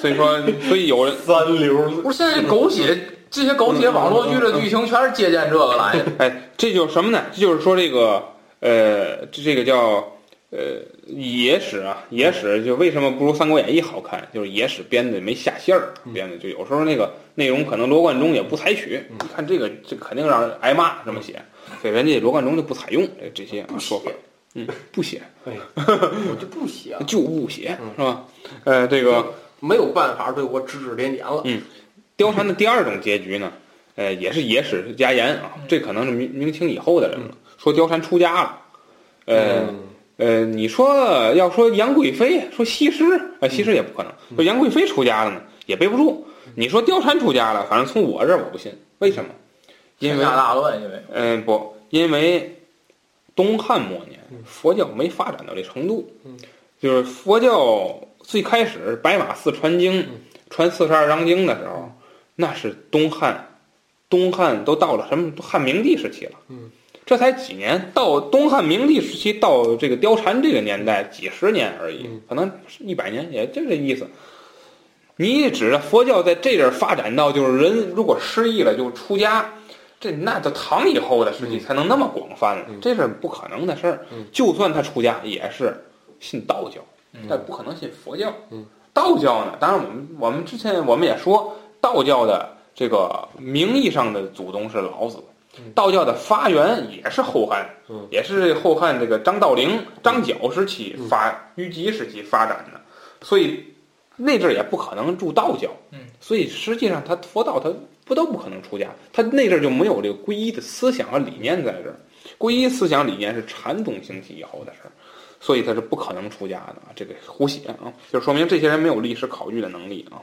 S2: 这个，
S1: 所以说，所以有人
S3: 三流
S2: 不是现在这狗血，这些狗血网络剧的剧情全是借鉴这个来的。
S1: 哎，这就是什么呢？这就是说这个呃，这这个叫呃野史啊，野史就为什么不如《三国演义》好看？就是野史编的没下线儿，编的就有时候那个内容可能罗贯中也不采取，你看这个这肯定让人挨骂这么写，所以人家罗贯中就不采用这这些啊说法。嗯，不写
S3: 我就不写了，
S1: 就不写是吧？呃，这个
S3: 没有办法对我指指点点了。
S1: 貂蝉的第二种结局呢，呃，也是野史加言啊，这可能是明明清以后的人了。说貂蝉出家了，呃、
S3: 嗯
S1: 呃，你说要说杨贵妃，说西施，呃，西施也不可能。说杨贵妃出家了呢，也背不住。你说貂蝉出家了，反正从我这儿我不信，为什么？因为
S2: 天下大乱，因为
S1: 嗯、不，因为东汉末年佛教没发展到这程度，
S3: 嗯
S1: 就是佛教最开始白马寺传经，
S3: 嗯
S1: 传四十二章经的时候，那是东汉，东汉都到了什么汉明帝时期了，
S3: 嗯
S1: 这才几年，到东汉明帝时期到这个貂蝉这个年代几十年而已，
S3: 嗯
S1: 可能一百年也就这意思。你指着佛教在这阵儿发展到就是人如果失意了就出家，这那到唐以后的时期才能那么广泛了，这是不可能的事儿。
S3: 嗯
S1: 就算他出家，也是信道教，但不可能信佛教。
S3: 嗯
S1: 道教呢，当然我们我们之前我们也说，道教的这个名义上的祖宗是老子，道教的发源也是后汉，
S3: 嗯
S1: 也是后汉这个张道陵、张角时期发虞姬时期发展的，所以那阵儿也不可能住道教。
S2: 嗯，
S1: 所以实际上他佛道他不都不可能出家，他那阵儿就没有这个皈依的思想和理念在这儿。皈依思想理念是禅宗兴起以后的事儿，所以他是不可能出家的啊，这个胡写啊，就说明这些人没有历史考据的能力啊。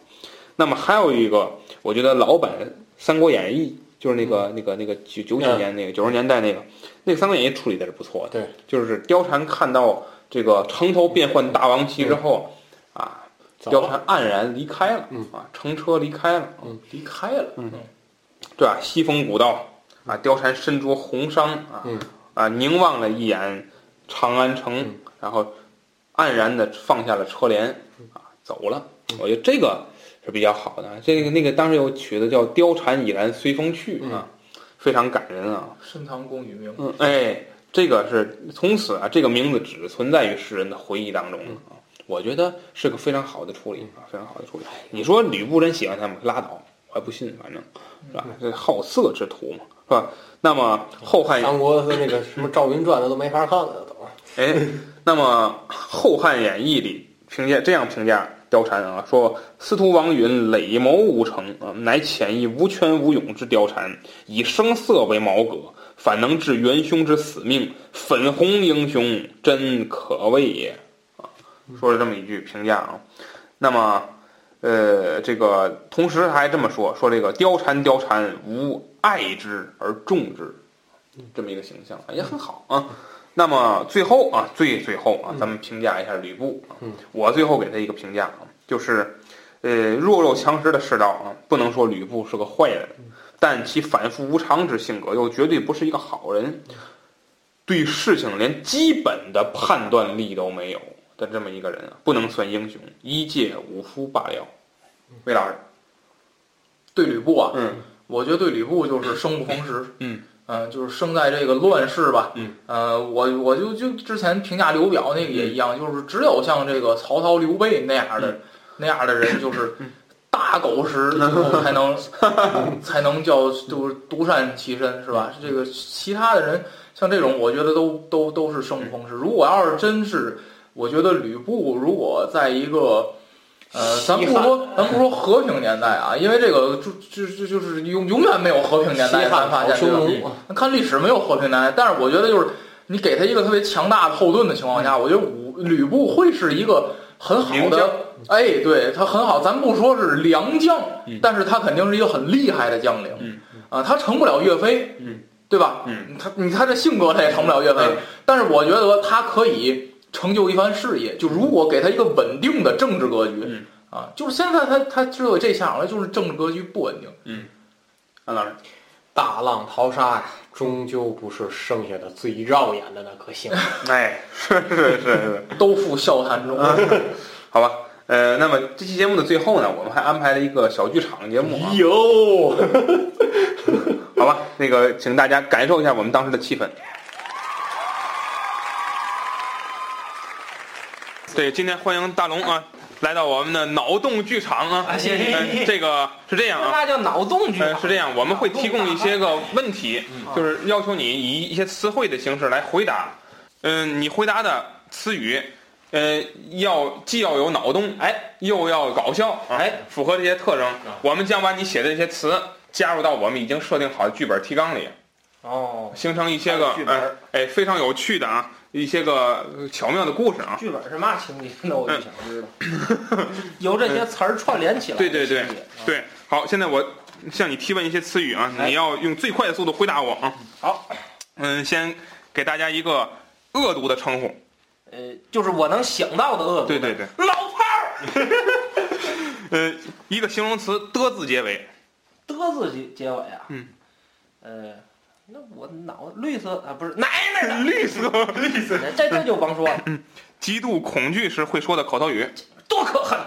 S1: 那么还有一个，我觉得老版《三国演义》就是那个、那个那个九九几
S3: 嗯
S1: 年那个九十年代那个，那个《三国演义》处理的是不错的。
S3: 对，
S1: 就是貂蝉看到这个城头变换大王旗之后，啊，
S3: 走
S1: 貂
S3: 了，
S1: 蝉黯然离开了，
S3: 嗯
S1: 啊，乘车离开了，
S3: 嗯，
S2: 离开了，
S1: 对吧？西风古道啊，貂蝉身着红裳啊，
S3: 嗯
S1: 啊，凝望了一眼长安城，
S3: 嗯嗯
S1: 然后黯然的放下了车帘啊，走了。我觉得这个是比较好的。这
S3: 嗯
S1: 个那个当时有曲子叫《貂蝉已然随风去》啊，非常感人啊。
S2: 深藏功与名。
S1: 嗯，哎，这个是从此啊，这个名字只存在于诗人的回忆当中了啊。我觉得是个非常好的处理啊，非常好的处理。你说吕布真喜欢他吗？拉倒，我还不信，反正是吧？这好色之徒嘛，是吧？那么后汉
S3: 韩国的那个什么《赵云传》的都没法看了，都。
S1: 哎，那么《后汉演义》里评价这样评价貂蝉啊，说司徒王允累谋无成啊，乃遣一无权无勇之貂蝉，以声色为矛戈，反能置元凶之死命，粉红英雄，真可畏也。啊，说了这么一句评价啊。那么，呃，这个同时还这么说，说这个貂蝉，貂蝉无爱之而重之，这么一个形象也很好啊。那么最后啊，最最后啊，咱们评价一下吕布啊。
S3: 嗯
S1: 我最后给他一个评价啊，就是，呃，弱肉强食的世道啊，不能说吕布是个坏人，但其反复无常之性格又绝对不是一个好人，对事情连基本的判断力都没有的这么一个人啊，不能算英雄，一介武夫罢了。魏老师，
S2: 对吕布啊，
S1: 嗯
S2: 我觉得对吕布就是生不逢时，
S1: 嗯
S2: 呃，就是生在这个乱世吧，
S1: 嗯，
S2: 呃，我我就就之前评价刘表那个也
S3: 嗯
S2: 一样，就是只有像这个曹操、刘备那样的、那样的人，就是
S3: 嗯
S2: 大狗食，最后 才能才能叫就是独善其身，是
S3: 嗯
S2: 吧？这个其他的人像这种，我觉得都都都是生
S3: 嗯
S2: 不逢时。如果要是真是，我觉得吕布如果在一个呃，咱不
S3: 西汉
S2: 说，咱不说和平年代啊，因为这个就就就就是永永远没有和平年代，咱发现
S3: 匈
S2: 这个
S3: 奴，
S2: 看历史没有和平年代，但是我觉得就是你给他一个特别强大的后盾的情况下，我觉得武吕布会是一个很好
S1: 名嗯将
S2: 的，哎，对他很好，咱不说是良将，
S1: 嗯
S2: 但是他肯定是一个很厉害的将领，
S1: 嗯
S2: 啊，他成不了岳飞，
S1: 嗯，
S2: 对吧？
S1: 嗯，
S2: 他你他这性格他也成不了岳飞，
S1: 嗯
S2: 但是我觉得他可以成就一番事业，就如果给他一个稳定的政治格局，
S1: 嗯
S2: 啊，就是现在他他之所以这下来，就是政治格局不稳定，
S1: 安老师，
S4: 大浪淘沙呀，终究不是剩下的最耀眼的那颗 星。
S1: 哎，是是是是，
S2: 都付笑谈中。
S1: 啊 好吧。呃，那么这期节目的最后呢，我们还安排了一个小剧场节目啊，
S4: 哟，
S1: 好吧，那个请大家感受一下我们当时的气氛。对，今天欢迎大龙啊，来到我们的脑洞剧场啊。
S4: 啊谢谢
S1: 呃
S4: 谢谢
S1: 这个是这样啊，
S4: 那叫脑洞剧
S1: 呃，
S2: 哎
S1: 是这样，我们会提供一些个问题，
S4: 嗯
S1: 就是要求你以一些词汇的形式来回答。嗯、你回答的词语，呃，要既要有脑洞，
S4: 哎，啊
S1: 又要搞笑，
S4: 哎，
S1: 符合这些特征。我们将把你写的这些词加入到我们已经设定好的剧本提纲里，
S4: 哦，
S1: 形成一些个
S4: 剧本
S1: 哎哎非常有趣的啊一些个呃巧妙的故事啊。
S4: 剧本是嘛情节呢？我就想知道， 由这些词儿串联起来。
S1: 对对对
S4: 情节啊
S1: 对，好，现在我向你提问一些词语啊，
S4: 哎
S1: 你要用最快的速度回答我啊。
S4: 好，
S1: 嗯，先给大家一个恶毒的称呼，
S4: 呃，就是我能想到的恶毒。
S1: 对对对，
S4: 老炮儿，
S1: 呃，一个形容词的字结尾，
S4: 德字结结尾啊。
S1: 嗯。
S4: 呃，那我脑绿色啊，不是奶奶的，
S1: 绿色，绿色，
S4: 这这就甭说了，
S1: 极度恐惧时会说的口头语，
S4: 多可恨！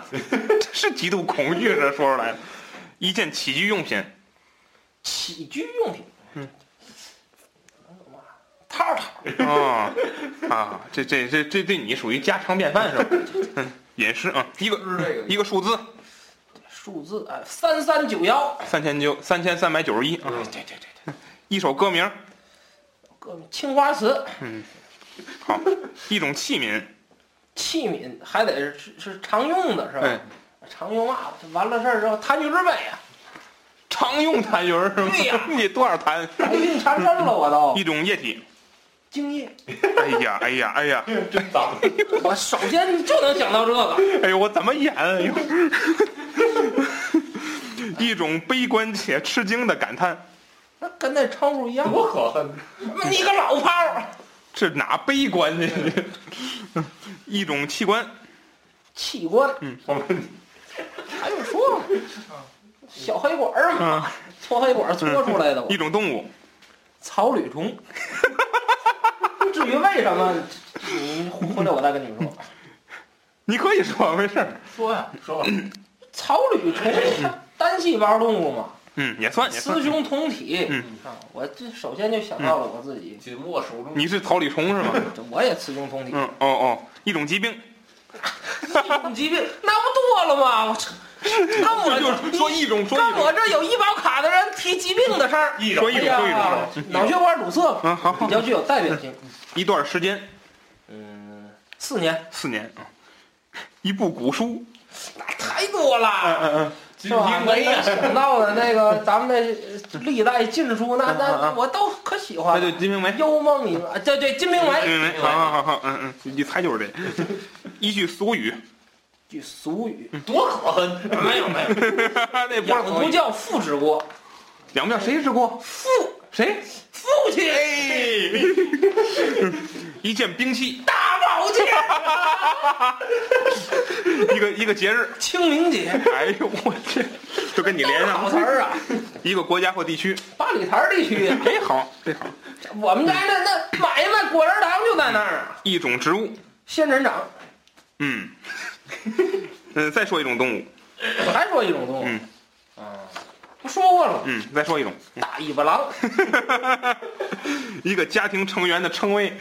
S1: 是极度恐惧时说出来的。一件起居用品，
S4: 起居用品。
S2: 嗯
S4: 套套，
S1: 啊啊，这这这这对你属于家常便饭是吧？嗯，饮食啊，一个一个数字
S4: 数字啊，三三九幺，
S1: 三千九三千三百九十一啊，
S4: 对对对对，
S1: 一首歌名，
S4: 各种青花瓷
S1: 好， 一种器皿，
S4: 器皿还得是是是常用的，是
S1: 哎
S4: 吧？，常用啊，这完了事儿之后，痰盂之辈啊，
S1: 常用痰盂儿
S4: 对
S1: 是
S4: 呀哦
S1: 吗？ 你多少痰？
S4: 白病缠身了我都
S1: 一。种液体，
S4: 精液，
S1: 哎呀哎呀哎呀，
S3: 真脏，
S4: 我首先就能想到这个，
S1: 哎呦我怎么演？哎呦， 一种悲观且吃惊的感叹，
S4: 那跟那称呼一样。
S3: 多可恨！
S4: 你个老炮儿，
S1: 这哪悲观呢？ 一种器官，
S4: 器官
S3: 我们
S4: 还用说吗？小黑管儿嘛，搓黑管儿搓出来的嘛
S1: 啊嗯一。种动物，
S4: 草履虫。至于为什么，你回来我再跟你们说。
S1: 你可以说没事儿。
S4: 说呀，
S3: 说吧，
S4: 草履虫它单细胞动物嘛，
S1: 嗯，也算也
S4: 雌
S1: 算。
S4: 雄同体。
S1: 嗯
S4: 啊，我这首先就想到了我自己，
S3: 紧握手中，
S1: 你是草履虫是吗？
S4: 这我也雌雄同体，
S1: 嗯，哦哦，一种疾病，
S4: 种疾病那不多了吗？我 这跟我
S1: 就是说一种说一
S4: 跟我
S1: 种，
S4: 这有医保卡的人提疾病的事儿。
S3: 一
S1: 说
S3: 种
S1: 一
S4: 哎
S1: 种说一
S4: 呀
S1: 种，，
S4: 脑血管堵塞
S1: 嗯，好
S4: 比
S1: 好，
S4: 较具有代表性。
S1: 一段时间，
S4: 嗯，四年
S1: 四年啊，一部古书，
S4: 那太多了。
S1: 嗯
S3: 金
S4: 是吧？
S3: 瓶梅
S4: 能
S3: 呀，
S4: 想到的那个咱们的历代禁书，那
S1: 嗯
S4: 那
S1: 嗯
S4: 我都可喜
S1: 哎
S4: 欢
S1: 对，
S4: 了。
S1: 《金瓶梅》，《
S4: 幽梦里，啊对对，《金瓶梅
S1: 金》瓶梅》，
S3: 对
S1: 好好好好，嗯嗯，一猜就是这，一句俗语，
S4: 句俗语，
S1: 嗯
S3: 多可恨！
S4: 没有没有，
S1: 那不是
S4: 养
S1: 俗
S4: 不
S1: 语，
S4: 教，父之过，
S1: 两不叫谁是过？
S4: 父
S1: 谁？哎
S4: 父亲
S1: 一件兵器，
S4: 大 宝剑，
S1: 一个一个节日，
S4: 清明 节，
S1: 哎呦我天， 就跟你连上
S4: 好词
S1: 了，
S4: 儿啊，
S1: 一个国家或地区，
S4: 八里台地区，啊
S1: 哎好，这好，
S4: 我们家那那买卖果仁堂就在那儿啊，
S1: 一种植物，
S4: 仙人掌。
S1: 嗯，嗯，再说一种动物，
S4: 我还说一种动物，
S1: 嗯
S4: 啊，不说过了吗？
S1: 嗯，再说一种。
S4: 大尾 巴狼，
S1: 一个家庭成员的称谓，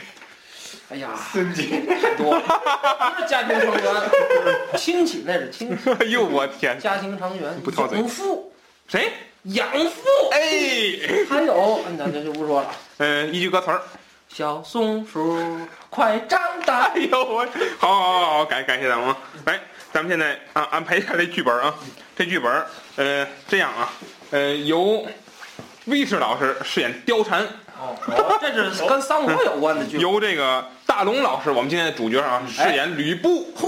S4: 哎呀，
S3: 孙姐，
S4: 太多了，不是家庭成员，亲戚那是亲戚。
S1: 哎呦我天，
S4: 家庭成员
S1: 不挑嘴
S4: 养父、
S1: 谁？
S4: 养父，
S1: 哎，
S4: 还有，那这就不说了。
S1: 呃，一句歌词儿。
S4: 小松鼠快长大
S1: 哎，呦我，好好好好，感感谢咱们啊。来，咱们现在啊安排一下这剧本啊， 这剧本，呃，这样啊，呃，由威士老师饰演貂蝉，
S2: 哦，
S4: 这是跟三国有关的剧。
S1: 由这个大龙老师，我们今天的主角
S4: 嗯
S1: 啊，饰演吕布；
S4: 嚯，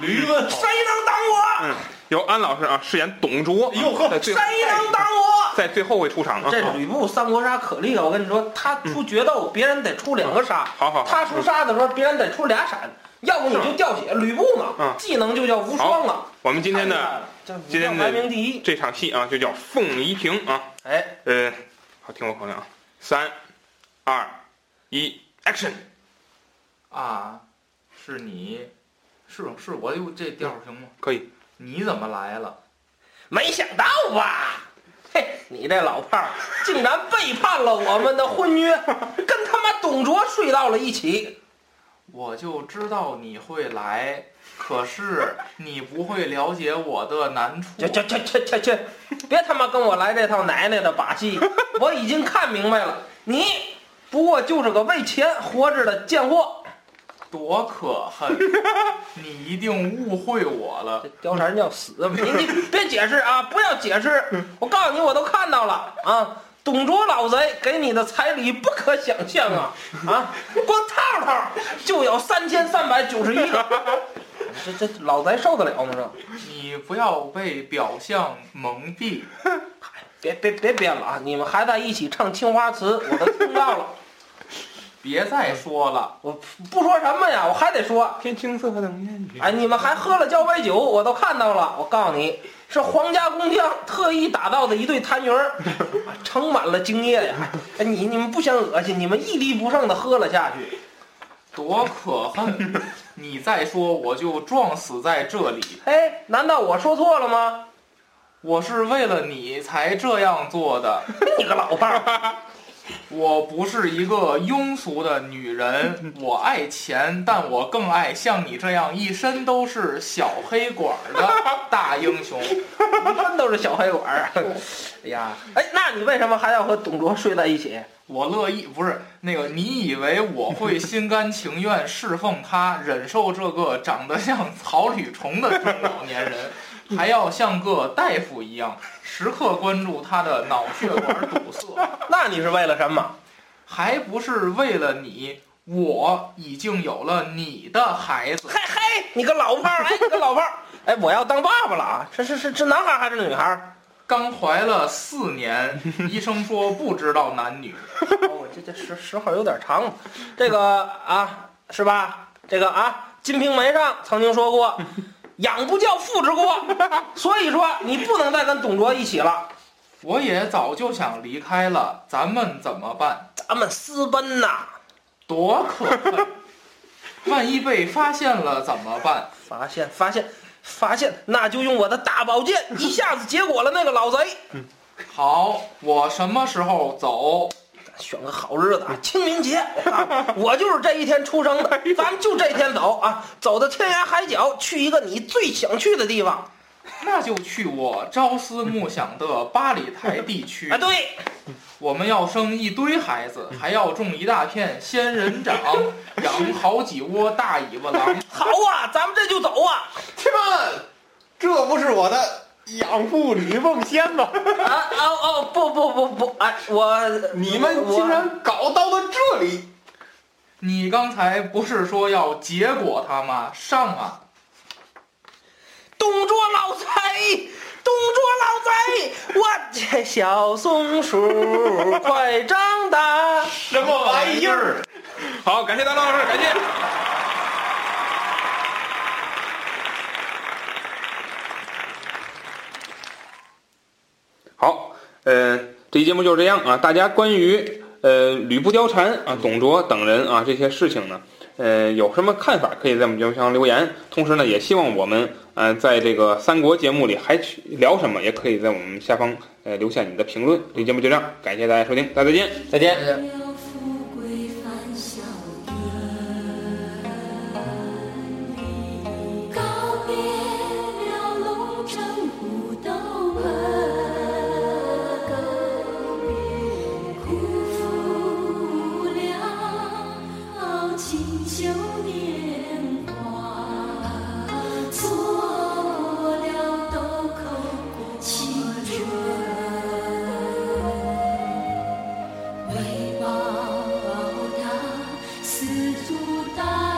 S5: 驴问
S4: 谁能挡
S1: 嗯，由安老师啊饰演董卓。
S5: 哟呵
S1: 在
S4: 我？谁
S1: 最
S4: 能挡我？
S1: 在最后会出场啊。
S4: 这吕布三国杀可厉害，我跟你说，他出决斗，别人得出两个杀；
S1: 嗯好嗯好好
S4: 他出杀的时候，别人得出俩闪，要不你就掉血。吕布呢
S1: 嗯，
S4: 技能就叫无双啊。
S1: 我们今天
S4: 太厉害
S1: 的
S4: 了这武
S1: 今天
S4: 将
S1: 的
S4: 排名第一，
S1: 这场戏啊，就叫凤仪亭啊。
S4: 哎，
S1: 呃，好，听我口令啊，三、二、一，action！
S2: 啊，是你，是是我有这调儿行吗？
S1: 可以，
S2: 你怎么来了？
S4: 没想到吧？嘿，你这老炮儿竟然背叛了我们的婚 约，跟他妈董卓睡到了一起。
S2: 我就知道你会来，可是你不会了解我的难处。
S4: 去去去去去去！别他妈跟我来这套奶奶的把戏，我已经看明白了，你不过就是个为钱活着的贱货。
S2: 多可恨！你一定误会我了
S4: 这。貂蝉要死，你你别解释啊，不要解释，我告诉你，我都看到了啊。董卓老贼给你的彩礼不可想象啊啊！光套套就有三千三百九十一个，这这老贼受得了吗？这
S2: 你不要被表象蒙蔽。
S4: 别别别编了啊！你们还在一起唱青花瓷，我都听到了。
S2: 别再说了，
S4: 我不说什么呀，我还得说，
S1: 天青色等烟雨。
S4: 哎，你们还喝了交杯酒，我都看到了。我告诉你，是皇家工匠特意打造的一对痰盂儿， 啊盛满了精液呀！哎，你你们不嫌恶心，你们一滴不剩的喝了下去。
S2: 多可恨！你再说我就撞死在这里。
S4: 哎，难道我说错了吗？
S2: 我是为了你才这样做的，
S4: 你个老炮儿，
S2: 我不是一个庸俗的女人，我爱钱，但我更爱像你这样一身都是小黑管儿的大英雄。
S4: 一般都是小黑管儿。 哎呀，哎，那你为什么还要和董卓睡在一起？
S2: 我乐意，不是那个，你以为我会心甘情愿侍奉他，忍受这个长得像草履虫的中老年人，还要像个大夫一样，时刻关注他的脑血管堵塞，
S4: 那你是为了什么？
S2: 还不是为了你？我已经有了你的孩子，
S4: 嘿嘿，你个老炮儿，哎，你个老炮儿，哎，我要当爸爸了啊！这是是是男孩儿还是女孩儿？
S2: 刚怀了四年，医生说不知道男女。
S4: 哦，这这时时候有点长，这个啊，是吧？这个啊，《金瓶梅》上曾经说过，养不教父之过，所以说你不能再跟董卓一起了，
S2: 我也早就想离开了，咱们怎么办？
S4: 咱们私奔呐！
S2: 多可恨！万一被发现了怎么办？
S4: 发现，发现，发现，那就用我的大宝剑一下子结果了那个老贼。
S2: 好，我什么时候走？
S4: 选个好日子啊，清明节，啊我就是这一天出生的，咱们就这一天走啊，走到天涯海角，去一个你最想去的地方。
S2: 那就去我朝思暮想的八里台地区
S4: 啊，。对，
S2: 我们要生一堆孩子，还要种一大片仙人掌，养好几窝大尾巴狼。
S4: 好啊，咱们这就走啊。
S3: 天们，这不是我的养父吕奉先吗？
S4: 啊哦哦不不不不哎我
S3: 你们竟然搞到了这里！
S2: 你刚才不是说要结果他吗？上啊！
S4: 董卓老贼，董卓老贼，我这小松鼠快长大。
S3: 什么玩意儿？
S1: 好，感谢大龙老师，感谢。好，呃，这期节目就是这样啊。大家关于呃吕布、貂蝉啊、董卓等人啊这些事情呢，呃，有什么看法可以在我们节目下方留言。同时呢，也希望我们呃在这个三国节目里还去聊什么，也可以在我们下方呃留下你的评论。这期节目就这样，感谢大家收听，大家再见。
S3: 再见。
S6: 了富贵返乡眷里，告别了龙争虎斗门，辜负了锦绣年华，错过了豆蔻青春。为报足大